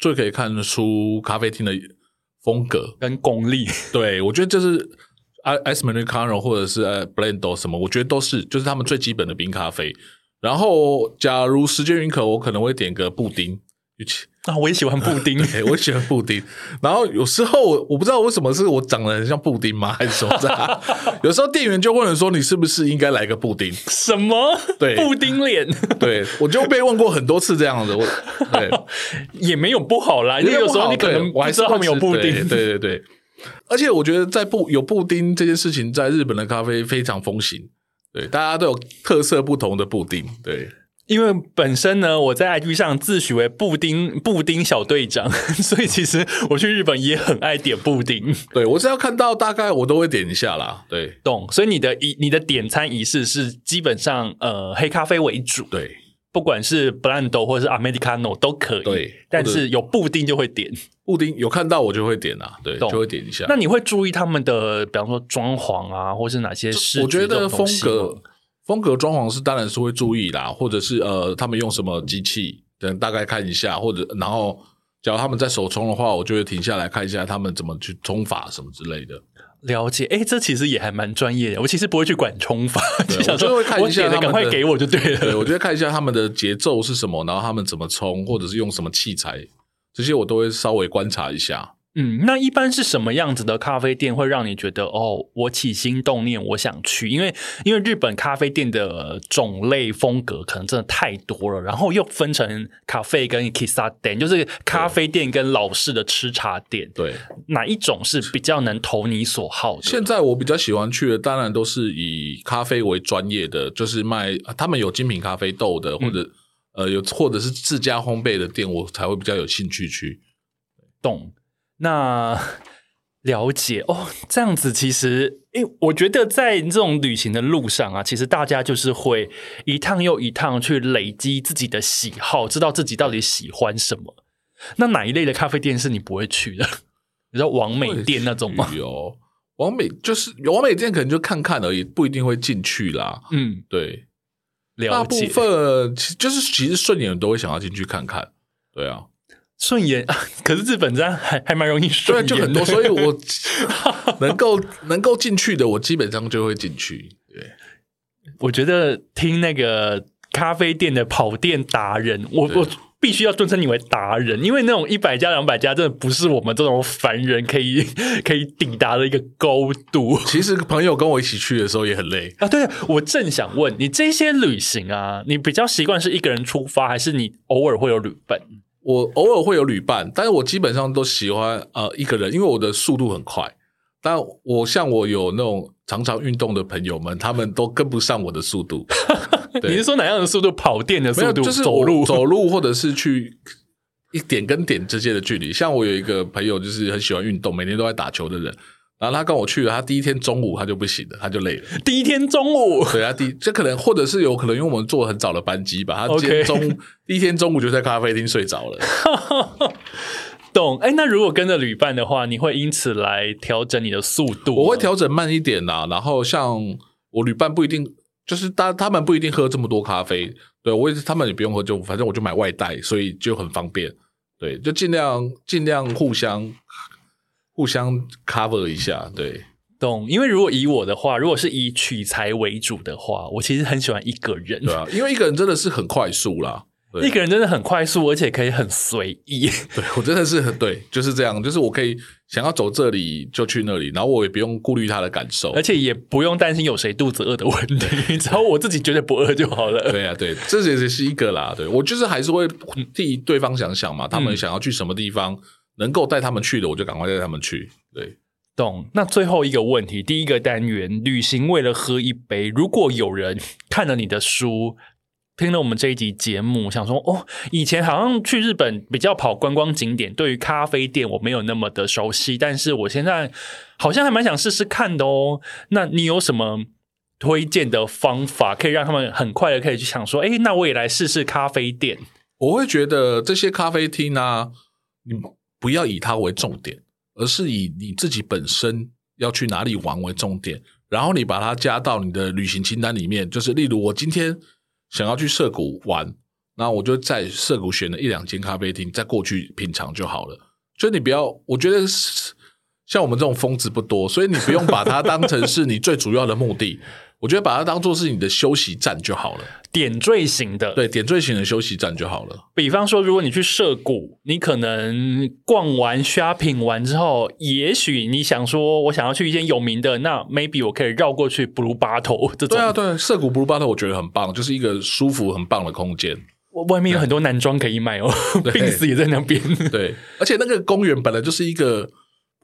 最可以看得出咖啡厅的风格。跟功力，对我觉得这是啊 S Americano 或者是呃 Blend 什么，我觉得都是就是他们最基本的冰咖啡。然后，假如时间允可，我可能会点个布丁。啊，我也喜欢布丁， 对，我喜欢布丁。 然后有时候我我不知道为什么是我长得很像布丁吗，还是什么 的？有时候店员就问了说：“你是不是应该来个布丁什么？对布丁脸？”对我就被问过很多次这样子。我对，也没有不好哎啦，因为有时候你可能对我不还知是道后面有会吃布丁，对对对对。 而且我觉得在布有布丁这件事情，在日本的咖啡非常风行。对，大家都有特色不同的布丁。对，因为本身呢，我在 IG 上自诩为布丁布丁小队长， 所以其实我去日本也很爱点布丁。对我只要看到大概我都会点一下啦。对懂，所以你的仪你的点餐仪式是基本上呃黑咖啡为主，对不管是 blend 或者是 americano 都可以。对但或者是有布丁就会点。布丁有看到我就会点啊，对，懂就会点一下。那你会注意他们的，比方说装潢啊，或是哪些事？我觉这得种东风西格吗风格装潢是当然是会注意啦，或者是呃他们用什么机器，等大概看一下，或者然后假如他们在手冲的话，我就会停下来看一下他们怎么去冲法什么之类的。了解，哎，这其实也还蛮专业的。我其实不会去管冲法， 就想我就说会看一下点的他赶们快的给我就对了。 对，我就会看一下他们的节奏是什么，然后他们怎么冲，或者是用什么器材，这些我都会稍微观察一下。嗯，那一般是什么样子的咖啡店会让你觉得哦，我起心动念我想去？因为因为日本咖啡店的呃种类风格可能真的太多了，然后又分成咖啡跟 kissa 店，就是咖啡店跟老式的吃茶店，对，哪一种是比较能投你所好的？现在我比较喜欢去的，当然都是以咖啡为专业的，就是卖啊他们有精品咖啡豆的，或者、嗯呃有或者是自家烘焙的店，我才会比较有兴趣去。懂，那了解哦。这样子其实，因为我觉得在这种旅行的路上啊，其实大家就是会一趟又一趟去累积自己的喜好，知道自己到底喜欢什么。那哪一类的咖啡店是你不会去的？你知道王美店那种吗？有王美就是有王美店，可能就看看而已，不一定会进去啦。嗯，对，大了部解。分其就是其实顺眼都会想要进去看看。对啊，顺眼， 可是日本这样还还蛮容易对，顺眼就的，很多，所以我 能够能够进去的，我基本上就会进去。对，我觉得听那个咖啡店的跑店达人，我对我必须要尊称你为达人，因为那种一百家、两百家，真的不是我们这种凡人可以 可以抵达的一个高度其实朋友跟我一起去的时候也很累。啊！对，我正想问你，这些旅行啊，你比较习惯是一个人出发，还是你偶尔会有旅伴？我偶尔会有旅伴，但是我基本上都喜欢呃一个人，因为我的速度很快。但我像我有那种常常运动的朋友们，他们都跟不上我的 速度，对你是说哪样的速度？跑店的没有速度，就是走我路？ 走路或者是去一点跟点之间的距离。像我有一个朋友，就是很喜欢运动，每天都在打球的人。然后他跟我去了，他第一天中午他就不行了，他就累了。第一天中午，对他第这可能或者是有可能，因为我们坐很早的班机吧，他 OK 今天中 第一天中午就在咖啡厅睡着了。懂？哎，那如果跟着旅伴的话，你会因此来调整你的速度？我会。调整慢一点啦、然后像我旅伴不一定，就是他他们不一定喝这么多咖啡，对我也是他们也不用喝，就反正我就买外带，所以就很方便。对，就尽量尽量互相互相 cover 一下。对，懂，因为如果以我的话，如果是以取材为主的话，我其实很喜欢一个人。对啊，因为一个人真的是很快速啦。对一个人真的很快速，而且可以很随意。对我真的是很对，就是这样，就是我可以想要走这里就去那里，然后我也不用顾虑他的感受而。且也不用担心有谁肚子饿的问 题，只要我自己觉得不饿就好了。对啊，对，这也是一个啦。对我就是还是会替对方想想嘛，他们想要去什么地方，能够带他们去的，我就赶快带他们去。对，懂。那最后一个问题，第一个单元，旅行为了喝一杯。如果有人 看了你的书，听了我们这一集节目，想说哦，以前好像去日本比较跑观光景点，对于咖啡店我没有那么的熟悉，但是我现在好像还蛮想试试看的哦。那你有什么？推荐的方法可以让他们很快的可以去想说，哎、那我也来试试咖啡店。我会觉得这些咖啡厅啊，你不要以它为重点，而是以你自己本身要去哪里玩为重点，然后你把它加到你的旅行清单里面。就是例如，我今天想要去涩谷玩，那我就在涩谷选了一两间咖啡厅，再过去品尝就好了。就你不要，我觉得是像我们这种疯子不多，所以你不用把它当成是你最主要的目的。我觉得把它当做是你的休息站就好了，点缀型的。，对，点缀型的休息站就好了。比方说，如果你去涉谷，你可能逛完 shopping 完之后，也许你想说，我想要去一间有名的，那 maybe 我可以绕过去 Blue Bottle 这种。对啊，对，涩谷 Blue Bottle 我觉得很棒，就是一个舒服很棒的空 间。外外面有很多男装可以买哦， 对病死也在那边。对，而且那个公园本来就是一个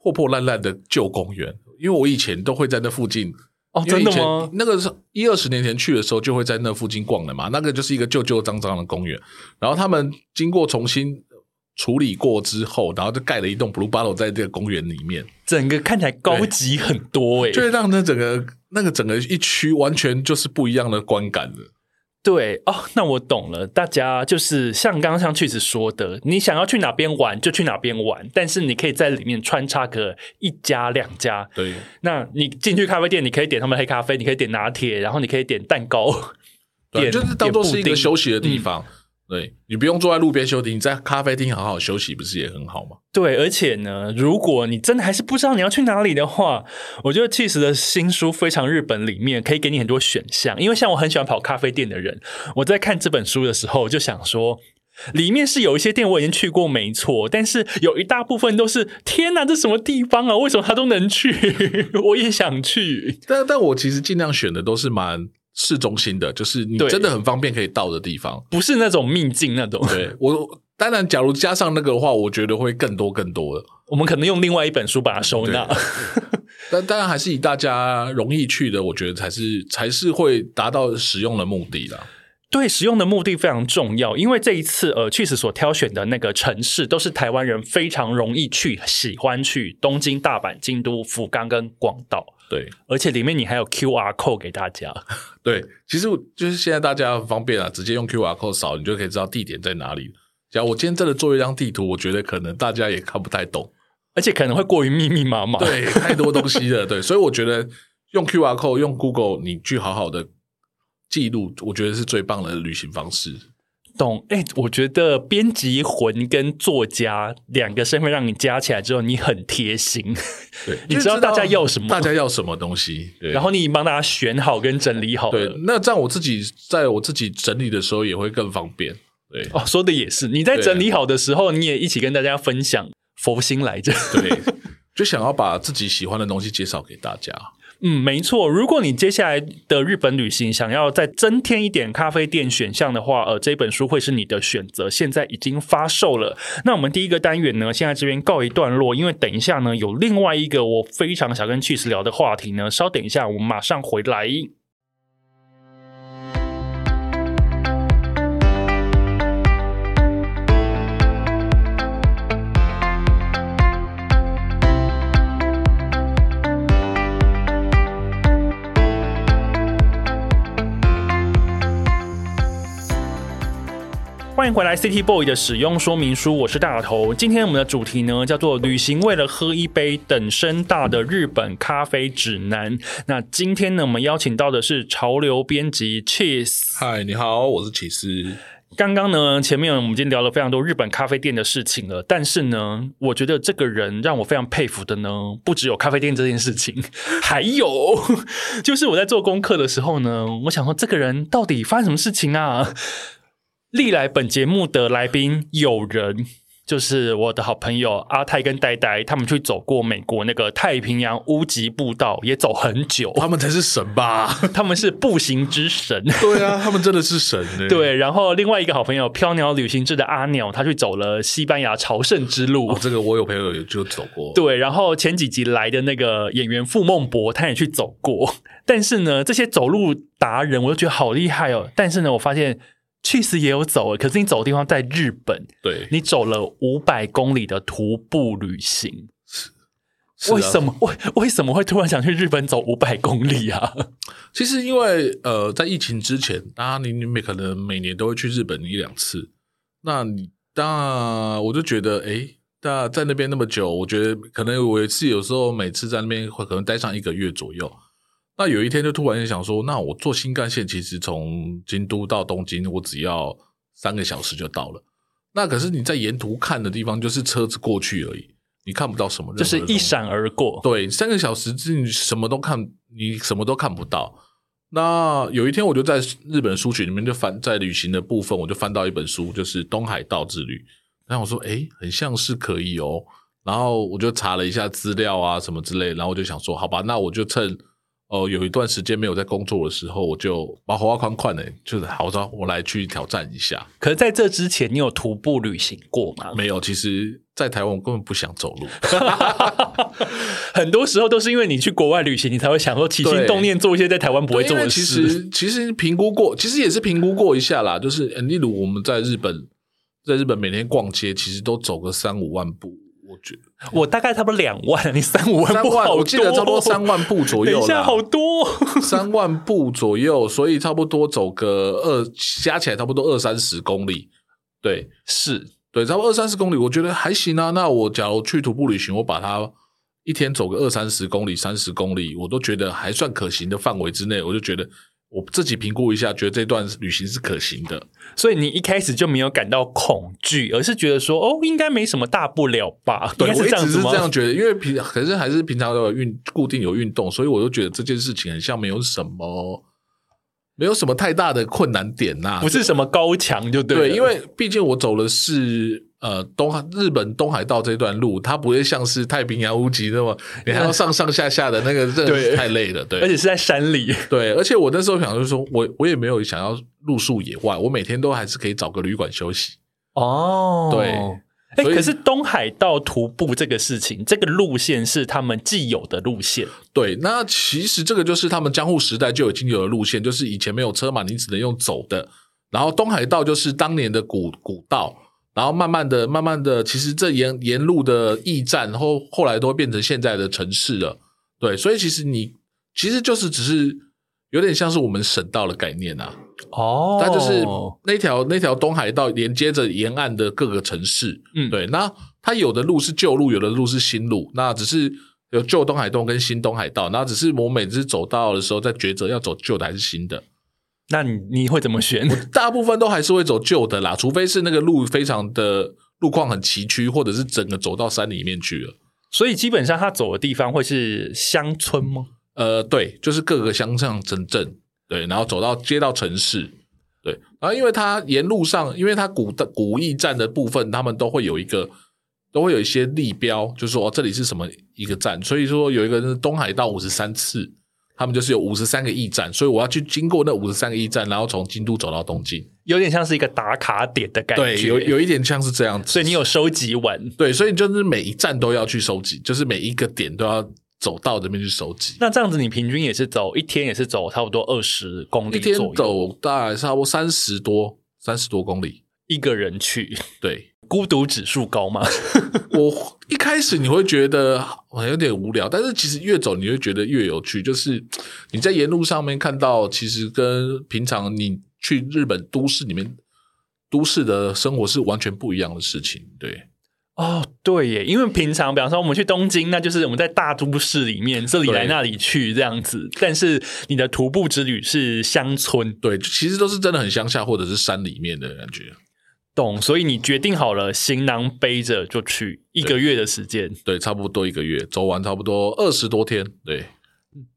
破破烂烂的旧公园，因为我以前都会在那附近。哦，因真为以的前吗？那个是一二十年前去的时候，就会在那附近逛的嘛。那个就是一个旧旧脏脏的公园，然后他们经过重新处理过之后，然后就盖了一栋 Blue Bottle 在这个公园里面，整个看起来高级很多欸诶、就会让那整个那个整个一区完全就是不一样的观感了。对哦，那我懂了。大家就是像刚刚像去子说的，你想要去哪边玩就去哪边玩，但是你可以在里面穿插个一家两家。对，那你进去咖啡店，你可以点他们的黑咖啡，你可以点拿铁，然后你可以点蛋糕， 对，点就是当做是一嗯个休息。息的地方。对你不用坐在路边休息，你在咖啡厅好好休息，不是也很好吗？对，而且呢，如果你真的还是不知道你要去哪里的话，我觉得 Cheese 的新书《非常日本》里面可以给你很多选项，因为像我很喜欢跑咖啡店的人，我在看这本书的时候我就想说。里面是有一些店我已经去过，没错，但是有一大部分都是天哪，这什么地方啊？为什么他都能去？我也想去。但但我其实尽量选的都是蛮市中心的，就是你对真的很方便可以到的地方。不是那种秘境那种，对我，当然，假如加上那个的话，我觉得会更多更多的。我们可能用另外一本书把它收纳。但当然，还是以大家容易去的，我觉得才是才是会达到使用的目的啦。 对使用的目的非常重要，因为这一次呃，去死所挑选的那个城市都是台湾人非常容易去、喜欢去东京、大阪、京都、福冈跟广岛，对而且里面你还有 QR code 给大家。对，其实我就是现在大家很方便啊，直接用 QR code 扫，你就可以知道地点在哪里。假如我今天真的做一张地图，我觉得可能大家也看不 太懂，而且可能会过于密密麻麻，对，太多东西了，对，所以我觉得用 QR code 用 Google，你去好好的记录，我觉得是最棒的旅行方式。懂？哎、我觉得编辑魂跟作家两个身份让你加起来之后，你很贴心，对，你就知道大家要什么大家要什么东西，对然后你帮大家选好跟整理好对了，。那这样我自己在我自己整理的时候也会更方便。对哦，说的也是，你在对整理好的时候，你也一起跟大家分享佛心来着。对，就想要把自己喜欢的东西介绍给大家。嗯，没错。如果你接下来的日本旅行想要再增添一点咖啡店选项的话，呃，这本书会是你的选择。现在已经发售了。那我们第一个单元呢，现在这边告一段落，因为等一下呢有另外一个我非常想跟 Cheese 聊的话题呢，稍等一下，我们马上回来。欢迎回来，City Boy 的使用说明书，我是大头。今天我们的主题呢叫做“旅行为了喝一杯等身大的日本咖啡指南”。那今天呢，我们邀请到的是潮流编辑 Cheese。嗨，你好，我是骑士。刚刚呢，前面我们已经聊了非常多日本咖啡店的事情了，但是呢，我觉得这个人让我非常佩服的呢，不只有咖啡店这件事情， 还有 就是我在做功课的时候呢，我想说这个人到底发生什么事情啊？历来本节目的来宾有人。就是我的好朋友阿泰跟呆呆，他们去走过美国那个太平洋屋脊步道，也走很久。哦他们才是神吧？他们是步行之神，对啊，他们真的是神、 欸。对，然后另外一个好朋友飘鸟旅行志的阿鸟，他去走了西班牙朝圣之路。哦，这个我有朋友也就走过。对，然后前几集来的那个演员傅孟博，他也去走过。但是呢，这些走路达人，我就觉得好厉害哦。但是呢，我发现去死也有走，可是你走的地方在日本，对，你走了五百公里的徒步旅行，是啊为什么为为什么会突然想去日本走五百公里啊？其实因为呃，在疫情之前，大家你你每可能每年都会去日本一两次，那你那我就觉得，诶，那在那边那么久，我觉得可能我也是有时候每次在那边会可能待上一个月左右。那有一天就突然想说，那我坐新干线，其实从京都到东京，我只要三个小时就到了。那可是你在沿途看的地方，就是车子过去而已，你看不到什么任何就的是东西，一闪而过。对，三个小时之内你什么都看，你什么都看不到。那有一天，我就在日本书局里面就翻，在旅行的部分，我就翻到一本书，就是《东海道之旅》。然后我说，诶，很像是可以哦。然后我就查了一下资料啊，什么之类。然后我就想说，好吧，那我就趁哦、呃有一段时间没有在工作的时候，我就把火花宽宽的，就是好着我来去挑战一下。可是在这之前，你有徒步旅行过吗？没有，其实，在台湾我根本不想走路。 很多时候都是因为你去国外旅行，你才会想说起心对动念做一些在台湾不会对做因为的其事。实其实评估过，其实也是评估过一下啦。就是呃例如我们在日本，在日本每天逛街，其实都走个三五万步，我觉得我大概差不多两万， 你三五万三步好万，多，哦我记得差不多三万步左等右一下啦，好多。哦三万步左右，所以差不多走个二，加起来差不多二三十公里，对。 是，对，差不多二三十公里，我觉得还行啊。那我假如去徒步旅行，我把它一天走个二三十公里、三十公里，我都觉得还算可行的范围之内，我就觉得我自己评估一下，觉得这段旅行是可行的。所以你一开始就没有感到恐惧，而是觉得说哦，应该没什么大不了吧？应对该我是一这样直子是吗这？样觉得，因为平可是还是平常都有运固定有运动，所以我就觉得这件事情很像没有什么没有什么太大的困难点呐、不是什么高墙就对了，对，因为毕竟我走的是呃东海日本东海道这段路，它不会像是太平洋屋脊那么你还要上上下下的 那个，真的对是太累了。对，而且是在山里，对，而且我那时候想就是说，我我也没有想要露宿野外，我每天都还是可以找个旅馆休息。哦，对哎、所以可是东海道徒步这个事情，这个路线是他们既有的路线，对，那其实这个就是他们江户时代就已经有的路线，就是以前没有车嘛，你只能用走的。然后东海道就是当年的古古道，然后慢慢的、慢慢的，其实这沿沿路的驿站后后来都变成现在的城市了。对，所以其实你其实就是只是有点像是我们省道的概念啊，哦它就是那条那条东海道连接着沿岸的各个城市，嗯对，那它有的路是旧路，有的路是新路，那只是有旧东海道跟新东海道，那只是我每次走到的时候在抉择要走旧的还是新的，那你你会怎么选？大部分都还是会走旧的啦，除非是那个路非常的路况很崎岖，或者是整个走到山里面去了。所以基本上他走的地方会是乡村吗？呃，对，就是各个乡上城镇，对，然后走到接到城市，对，然后因为它沿路上，因为它古的古驿站的部分，他们都会有一个，都会有一些立标，就是说、哦、这里是什么一个站，所以说有一个是东海道五十三次，他们就是有五十三个驿站，所以我要去经过那五十三个驿站，然后从京都走到东京，有点像是一个打卡点的感觉，对，有有一点像是这样子，所以你有收集完。对，所以就是每一站都要去收集，就是每一个点都要走到这边去收集。那这样子，你平均也是走一天，也是走差不多二十公一里天左右，走大概差不多三十多三十多公里。一个人去，对孤独指数高吗？ 我一开始你会觉得好有点无聊，但是其实越走你会觉得越有趣。就是你在沿路上面看到，其实跟平常你去日本都市里面都市的生活是完全不一样的事情。对哦，对耶，因为平常比方说我们去东京，那就是我们在大都市里面这里来对那里去这样子，但是你的徒步之旅是乡村，对，其实都是真的很乡下或者是山里面的感觉。懂？所以你决定好了，行囊背着就去一个月的时间。对，差不多一个月走完，差不多二十多天。对。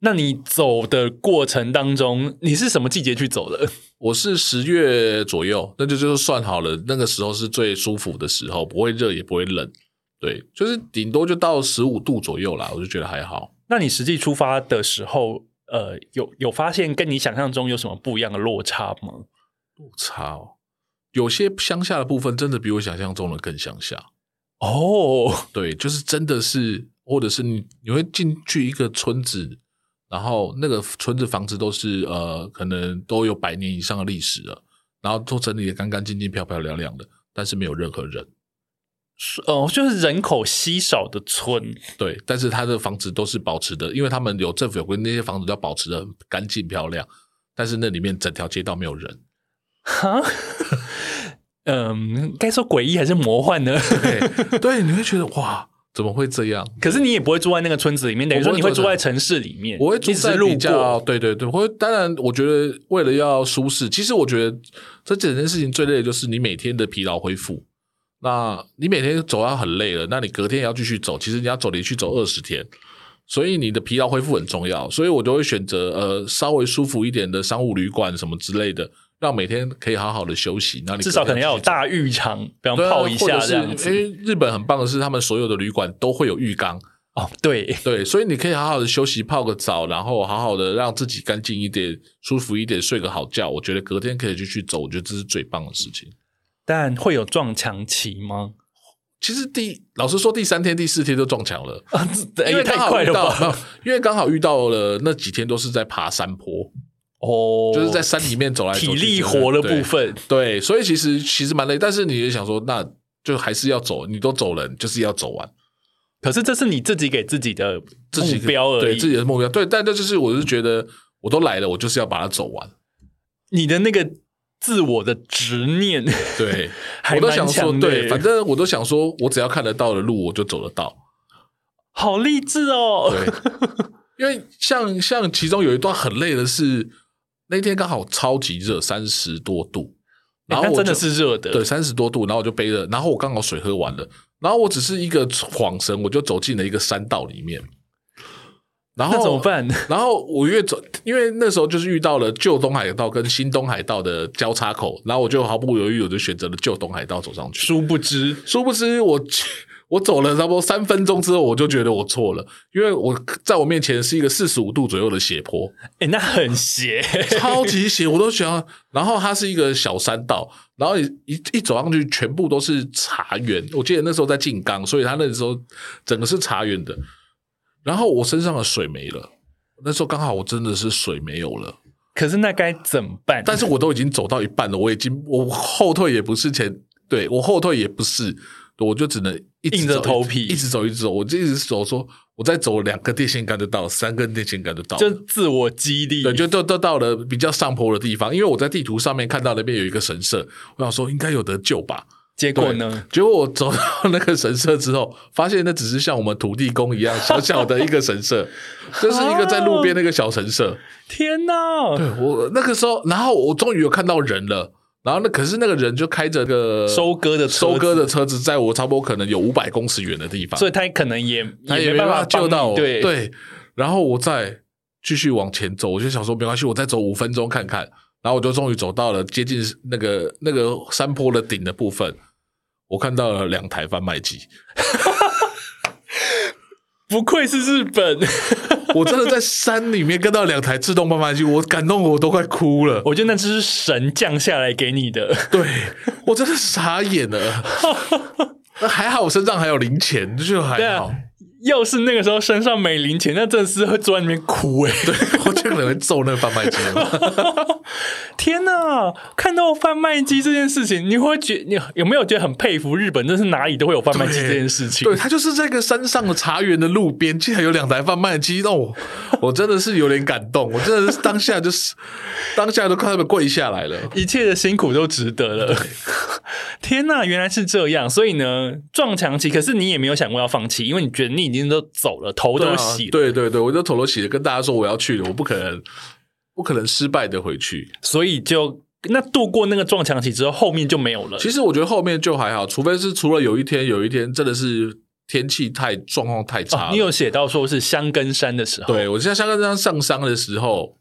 那你走的过程当中，你是什么季节去走的？ 我是十月左右，那就就是算好了，那个时候是最舒服的时候，不会热也不会冷，对，就是顶多就到十五度左右啦，我就觉得还好。那你实际出发的时候，呃，有有发现跟你想象中有什么不一样的落差吗？不差哦，有些乡下的部分真的比我想象中的更乡下，哦，对，就是真的是，或者是你你会进去一个村子，然后那个村子房子都是呃，可能都有百年以上的历史了，然后都整理的干干净净、漂漂亮亮的，但是没有任何人。哦，就是人口稀少的村，对，但是他的房子都是保持的，因为他们有政府有规定，那些房子都要保持的很干净漂亮。但是那里面整条街道没有人，哈， 嗯，该说诡异还是魔幻呢？ 对，对，你会觉得哇，怎么会这样？可是你也不会住在那个村子里面，等于说你会住在城市里面，我会住一直在路比较，过。对对对，我会当然，我觉得为了要舒适，其实我觉得这整件事情最累的就是你每天的疲劳恢复。那你每天走要很累了，那你隔天也要继续走，其实你要走连续走二十天，所以你的疲劳恢复很重要，所以我都会选择呃稍微舒服一点的商务旅馆什么之类的，让每天可以好好的休息。那你至少可能要有隔天大浴场，比方继续走对啊泡一下或者是这样子。因为日本很棒的是，他们所有的旅馆都会有浴缸，哦，对，对，所以你可以好好的休息，泡个澡，然后好好的让自己干净一点、舒服一点，睡个好觉。我觉得隔天可以继续走，我觉得这是最棒的事情。但会有撞墙期吗？其实第老实说，第三天、第四天就撞墙了，啊，这 因也为太刚好快遇了到，吧！没有 因为刚好遇到了那几天都是在爬山坡，哦，就是在山里面走来走去体力活的部。分，对对，所以其实其实蛮累，但是你也想说，那就还是要走，你都走了，你就是要走完。可是这是你自己给自己的自己目标而对已。自己的目标，对，但这就是我是觉得我都来了，我就是要把它走完。你的那个自我的执 念，对，还我都蛮想说，强的欸对，耶反正我都想说，我只要看得到的路，我就走得 到。好励志哦！对，因为像像其中有一段很累的是，那天刚好超级热，三十多度，然然后后我真的就是热的，对三十多度，然后我就背着，然后我刚好水喝完了，然后我只是一个晃神，我就走进了一个山道里面，然后那怎么？办？然后我越走，因为那时候就是遇到了旧东海道跟新东海道的交叉口，然后我就毫不犹豫，我就选择了旧东海道走上去。殊不知，殊不知我我走了差不多三分钟之后，我就觉得我错了，因为我在我面前是一个四十五度左右的斜坡， 哎，那很邪， 超级斜，我都想。然后它是一个小山道，然后一一一走上去，全部都是茶园。我记得那时候在静冈，所以它那时候整个是茶园的。然后我身上的水没了，那时候刚好我真的是水没有了。可是那该怎么办？但是我都已经走到一半了，我已经我后退也不是前，对我后退也不是，我就只能一直硬着走头皮一直走一直走，我就一直走说，我再走两个电线杆就到了，三根电线杆就到了，就自我激励，对，就都都到了比较上坡的地方，因为我在地图上面看到那边有一个神社，我想说应该有得救吧，结果呢？结果我走到那个神社之后，发现那只是像我们土地公一样小小的一个神 社，就是一个在路边那个小神社。天哪！ 对我那个时候，然后我终于有看到人了，然后那可是那个人就开着个收割的车子收割的车子，在我差不多可能有五百公尺远的地方，所以他可能也他也没办法帮救你到我。对，对，然后我再继续往前走，我就想说没关系，我再走五分钟看看。然后我就终于走到了接近那个那个山坡的顶的部分，我看到了两台贩卖机， 不愧是日本，我真的在山里面看到两台自动贩卖机，我感动我都快哭了。我觉得那只是神降下来给你的。 对我真的傻眼了。那还好，我身上还有零钱，就对还啊好。，要是那个时候身上没零钱，那真的是会坐在那边哭哎、对，我这个人会揍那个贩卖机了。 天哪！看到贩卖机这件事情，你会觉你有没有觉得很佩服日本？真是哪里都会有贩卖机这件事情。对，他就是这个山上的茶园的路边，竟然有两台贩卖机，让我我真的是有点感动。我真的是当下就是当下都快要跪下来了。一切的辛苦都值得了。 天呐，原来是这样！所以呢，撞墙期，可是你也没有想过要放弃，因为你觉得你已经都走了，头对都啊洗了，对对对，我就头都洗了，跟大家说我要去了，我不可能不可能失败的回去。所以就那度过那个撞墙期之后，后面就没有了。其实我觉得后面就还好，除非是除了有一天有一天真的是天气太状况太差哦，了、你有写到说是香根山的时候，对，我在香港山上山的时候，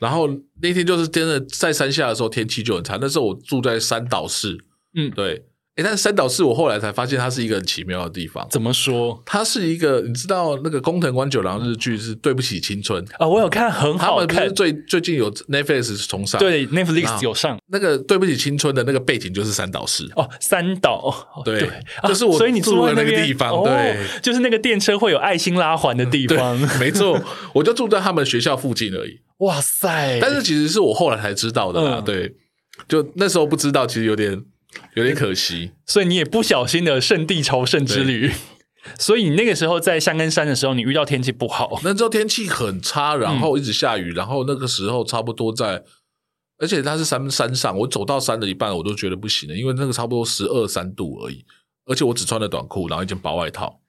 然后那天就是真的在山下的时候，天气就很差。那时候我住在三岛市，嗯对，诶，但是三岛市我后来才发现它是一个很奇妙的地方。怎么说它是一个，你知道那个工藤官九郎日剧是《对不起青春》，啊、我有看，很他好们不是看。最最近有 Netflix 重上，，对啊，Netflix 有上那个《对不起青春》的那个背景就是三岛市，哦，三岛哦对啊就是我所以你住住的在那个边地方哦对就是那个电车会有爱心拉环的地对 方。，没错，我就住在他们学校附近而已。哇塞！但是其实是我后来才知道的啦，嗯对，就那时候不知道，其实有点有点可惜。所以你也不小心的圣地朝圣之旅。 所以你那个时候在香根山的时候，你遇到天气不好， 哦那时候天气很差，然后一直下雨，然后那个时候差不多在，而且它是山山上，我走到山的一半我都觉得不行了，因为那个差不多十二三度而已，而且我只穿了短裤，然后一件薄外套，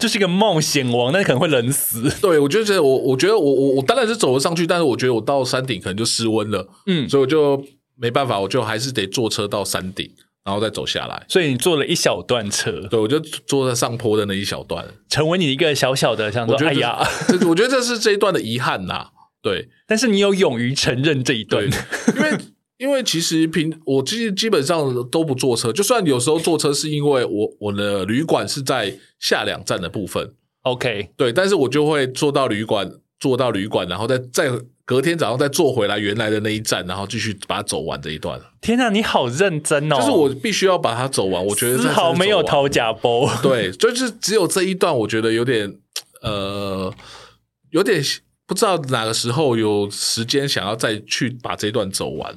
就是一个冒险王，那可能会冷死。对，我就觉得我，我觉得我我我当然是走了上去，但是我觉得我到山顶可能就失温了，嗯，所以我就没办法，我就还是得坐车到山顶，然后再走下来。所以你坐了一小段车，对，我就坐在上坡的那一小段，成为你一个小小的想说我觉，得哎这是呀，这我觉得这是这一段的遗憾呐、对但是你有勇于承认这一段对，因为因为其实平我基基本上都不坐车，就算有时候坐车是因为我我的旅馆是在下两站的部分， ，OK，对，但是我就会坐到旅馆，坐到旅馆，然后再再隔天早上再坐回来原来的那一站，然后继续把它走完这一段。天哪、你好认真哦！就是我必须要把它走完，我觉得丝毫没有逃。掏假包。对，就是只有这一段，我觉得有点呃，有点不知道哪个时候有时间想要再去把这一段走完。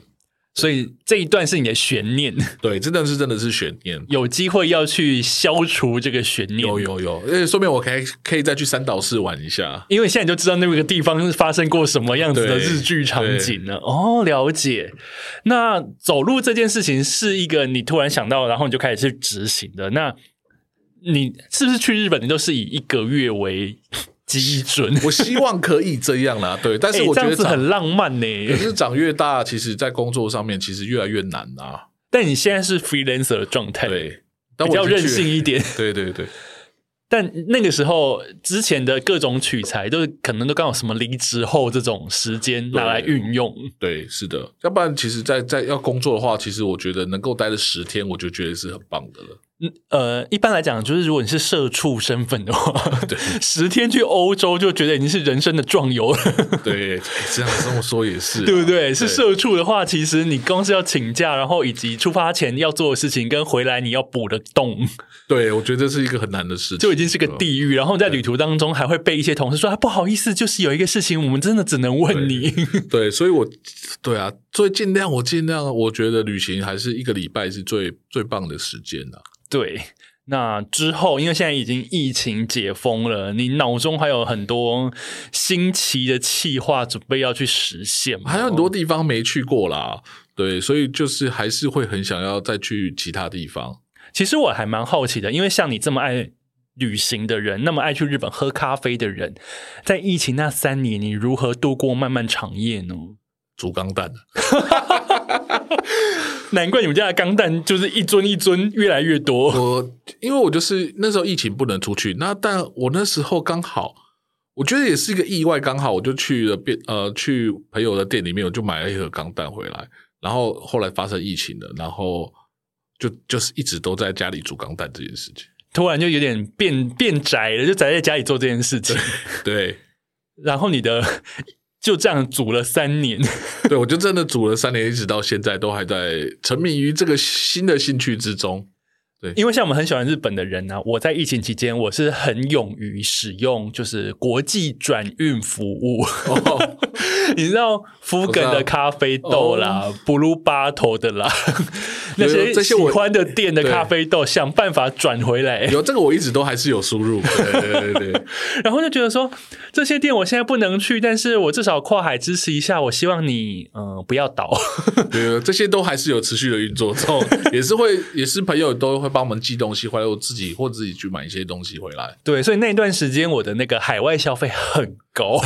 所以这一段是你的悬 念，对，这段是真的是悬念。有机会要去消除这个悬念。有，有有，而且说明我可以可以再去三岛市玩一下。因为现在你就知道那个地方是发生过什么样子的对日剧场景了。哦，了解。那走路这件事情是一个你突然想到，然后你就开始去执行的。那你是不是去日本，你都是以一个月为基准？我希望可以这样啦， 对，但哎、是我这觉样得子长，很浪 漫呢、可是长越大，其实在工作上面其实越来越难啊。但你现在是 freelancer 的状态，，对，但比较我已经任去性。一点。对对对，但那个时候之前的各种取材，都是可能都刚好什么离职后这种时间拿来运用。对，是的，要不然其实在，在要工作的话，其实我觉得能够待了十天，我就觉得是很棒的了。嗯呃，一般来讲，就是如果你是社畜身份的话，十天去欧洲就觉得已经是人生的壮游了，对， 这样这么说也是啊、 对不对？是对社畜的话，其实你光是要请假，然后以及出发前要做的事情，跟回来你要补的洞，对，我觉得这是一个很难的事情，就已经是个地狱。然后在旅途当中，还会被一些同事说：“啊，不好意思，就是有一个事情，我们真的只能问你。对，所以我对啊，所以尽量我尽量，我觉得旅行还是一个礼拜是最最棒的时间啊。对，那之后因为现在已经疫情解封了，你脑中还有很多新奇的计划准备要去实现吗，还有很多地方没去过啦，对，所以就是还是会很想要再去其他地方。其实我还蛮好奇的，因为像你这么爱旅行的人，那么爱去日本喝咖啡的人，在疫情那三年，你如何度过漫漫长夜呢？ 竹钢蛋，啊 难怪你们家的钢蛋就是一尊一尊越来越多。我因为我就是那时候疫情不能出去，那但我那时候刚好，我觉得也是一个意外，刚好我就去了便呃去朋友的店里面，我就买了一盒钢蛋回来，然后后来发生疫情了，然后就就是一直都在家里煮钢蛋这件事情。突然就有点变变宅了，就宅在家里做这件事情。 对，然后你的就这样煮了三年， 对我就真的煮了三年，一直到现在都还在沉迷于这个新的兴趣之中。因为像我们很喜欢日本的人啊，我在疫情期间我是很勇于使用就是国际转运服务。 哦，你知道福梗的咖啡豆啦、布鲁巴头的 啦，那哦有些有这喜些我欢的店的对咖啡豆，想办法转回来，有这个我一直都还是有输入。对对对对，然后就觉得说这些店我现在不能去，但是我至少跨海支持一下，我希望你嗯、呃不要倒。 对，这些都还是有持续的运作中，也是会，也是朋友都会帮我们寄东西回来，我自己或自己去买一些东西回来，对，所以那段时间我的那个海外消费很高。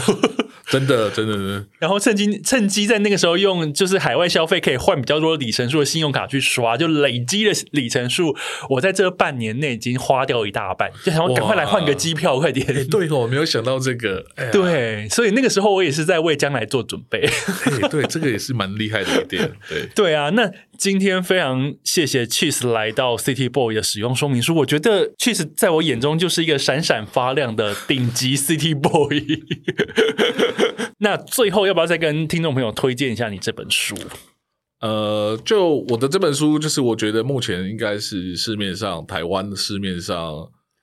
真的，真的，真的然后趁机趁机在那个时候用就是海外消费可以换比较多里程数的信用卡去刷，就累积的里程数，我在这半年内已经花掉一大半，就想要赶快来换个机票，快点。对哦，我没有想到这个，哎呀，对，所以那个时候我也是在为将来做准备。哎对，这个也是蛮厉害的一点，对，对啊，那今天非常谢谢 Cheese 来到 City Boy 的使用说明书。我觉得 Cheese 在我眼中就是一个闪闪发亮的顶级 City Boy。那最后要不要再跟听众朋友推荐一下你这本书？呃，就我的这本书，就是我觉得目前应该是市面上台湾市面上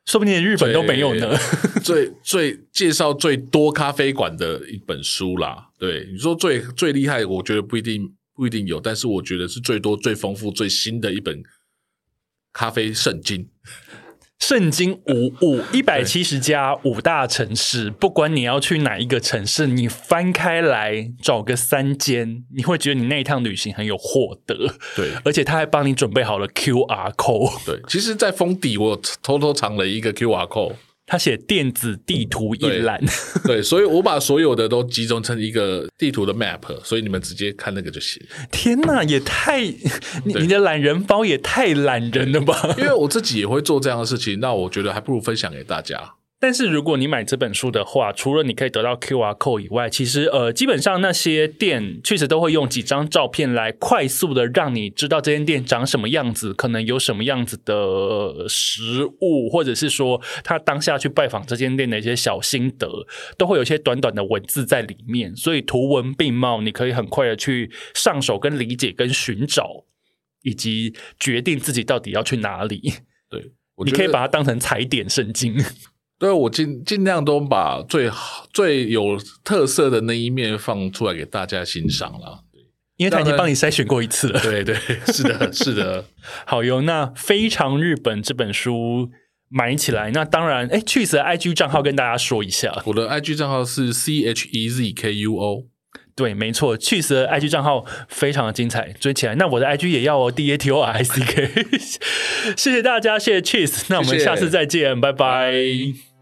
说不定连日本都没有呢。 最最介绍最多咖啡馆的一本书啦。对，你说最最厉害，我觉得不一定不一定有，但是我觉得是最多、最丰富、最新的一本咖啡圣经。圣经五五一百七十家五大城市，不管你要去哪一个城市，你翻开来找个三间，你会觉得你那一趟旅行很有获得。对 而且他还帮你准备好了 QR code，对，其实，在封底我偷偷藏了一个 QR code，他写电子地图一览， 对，所以我把所有的都集中成一个地图的 map，所以你们直接看那个就行。天哪，也太你你的懒人包也太懒人了吧！因为我自己也会做这样的事情，那我觉得还不如分享给大家。但是如果你买这本书的话，除了你可以得到 QR code 以外，其实呃，基本上那些店确实都会用几张照片来快速的让你知道这间店长什么样子，可能有什么样子的呃食物，或者是说他当下去拜访这间店的一些小心得，都会有一些短短的文字在里面，所以图文并茂，你可以很快的去上手、跟理解、跟寻找，以及决定自己到底要去哪里。对，我你觉可以得把它当成踩点圣经。对我尽尽量都把最好、最有特色的那一面放出来给大家欣赏啦。因为他已经当然帮你筛选过一次了。对对，是的，是的， 好哟，那《非常日本》这本书买起来，那当然，哎，去死的 IG 账号跟大家说一下，我的 IG 账号是 C H E Z K U O。对，没错，去死的 IG 账号非常的精彩，追起来。那我的 IG 也要哦，D A T O R I C K。谢谢大家，谢谢 Cheese，那我们谢谢下次再见，拜拜。拜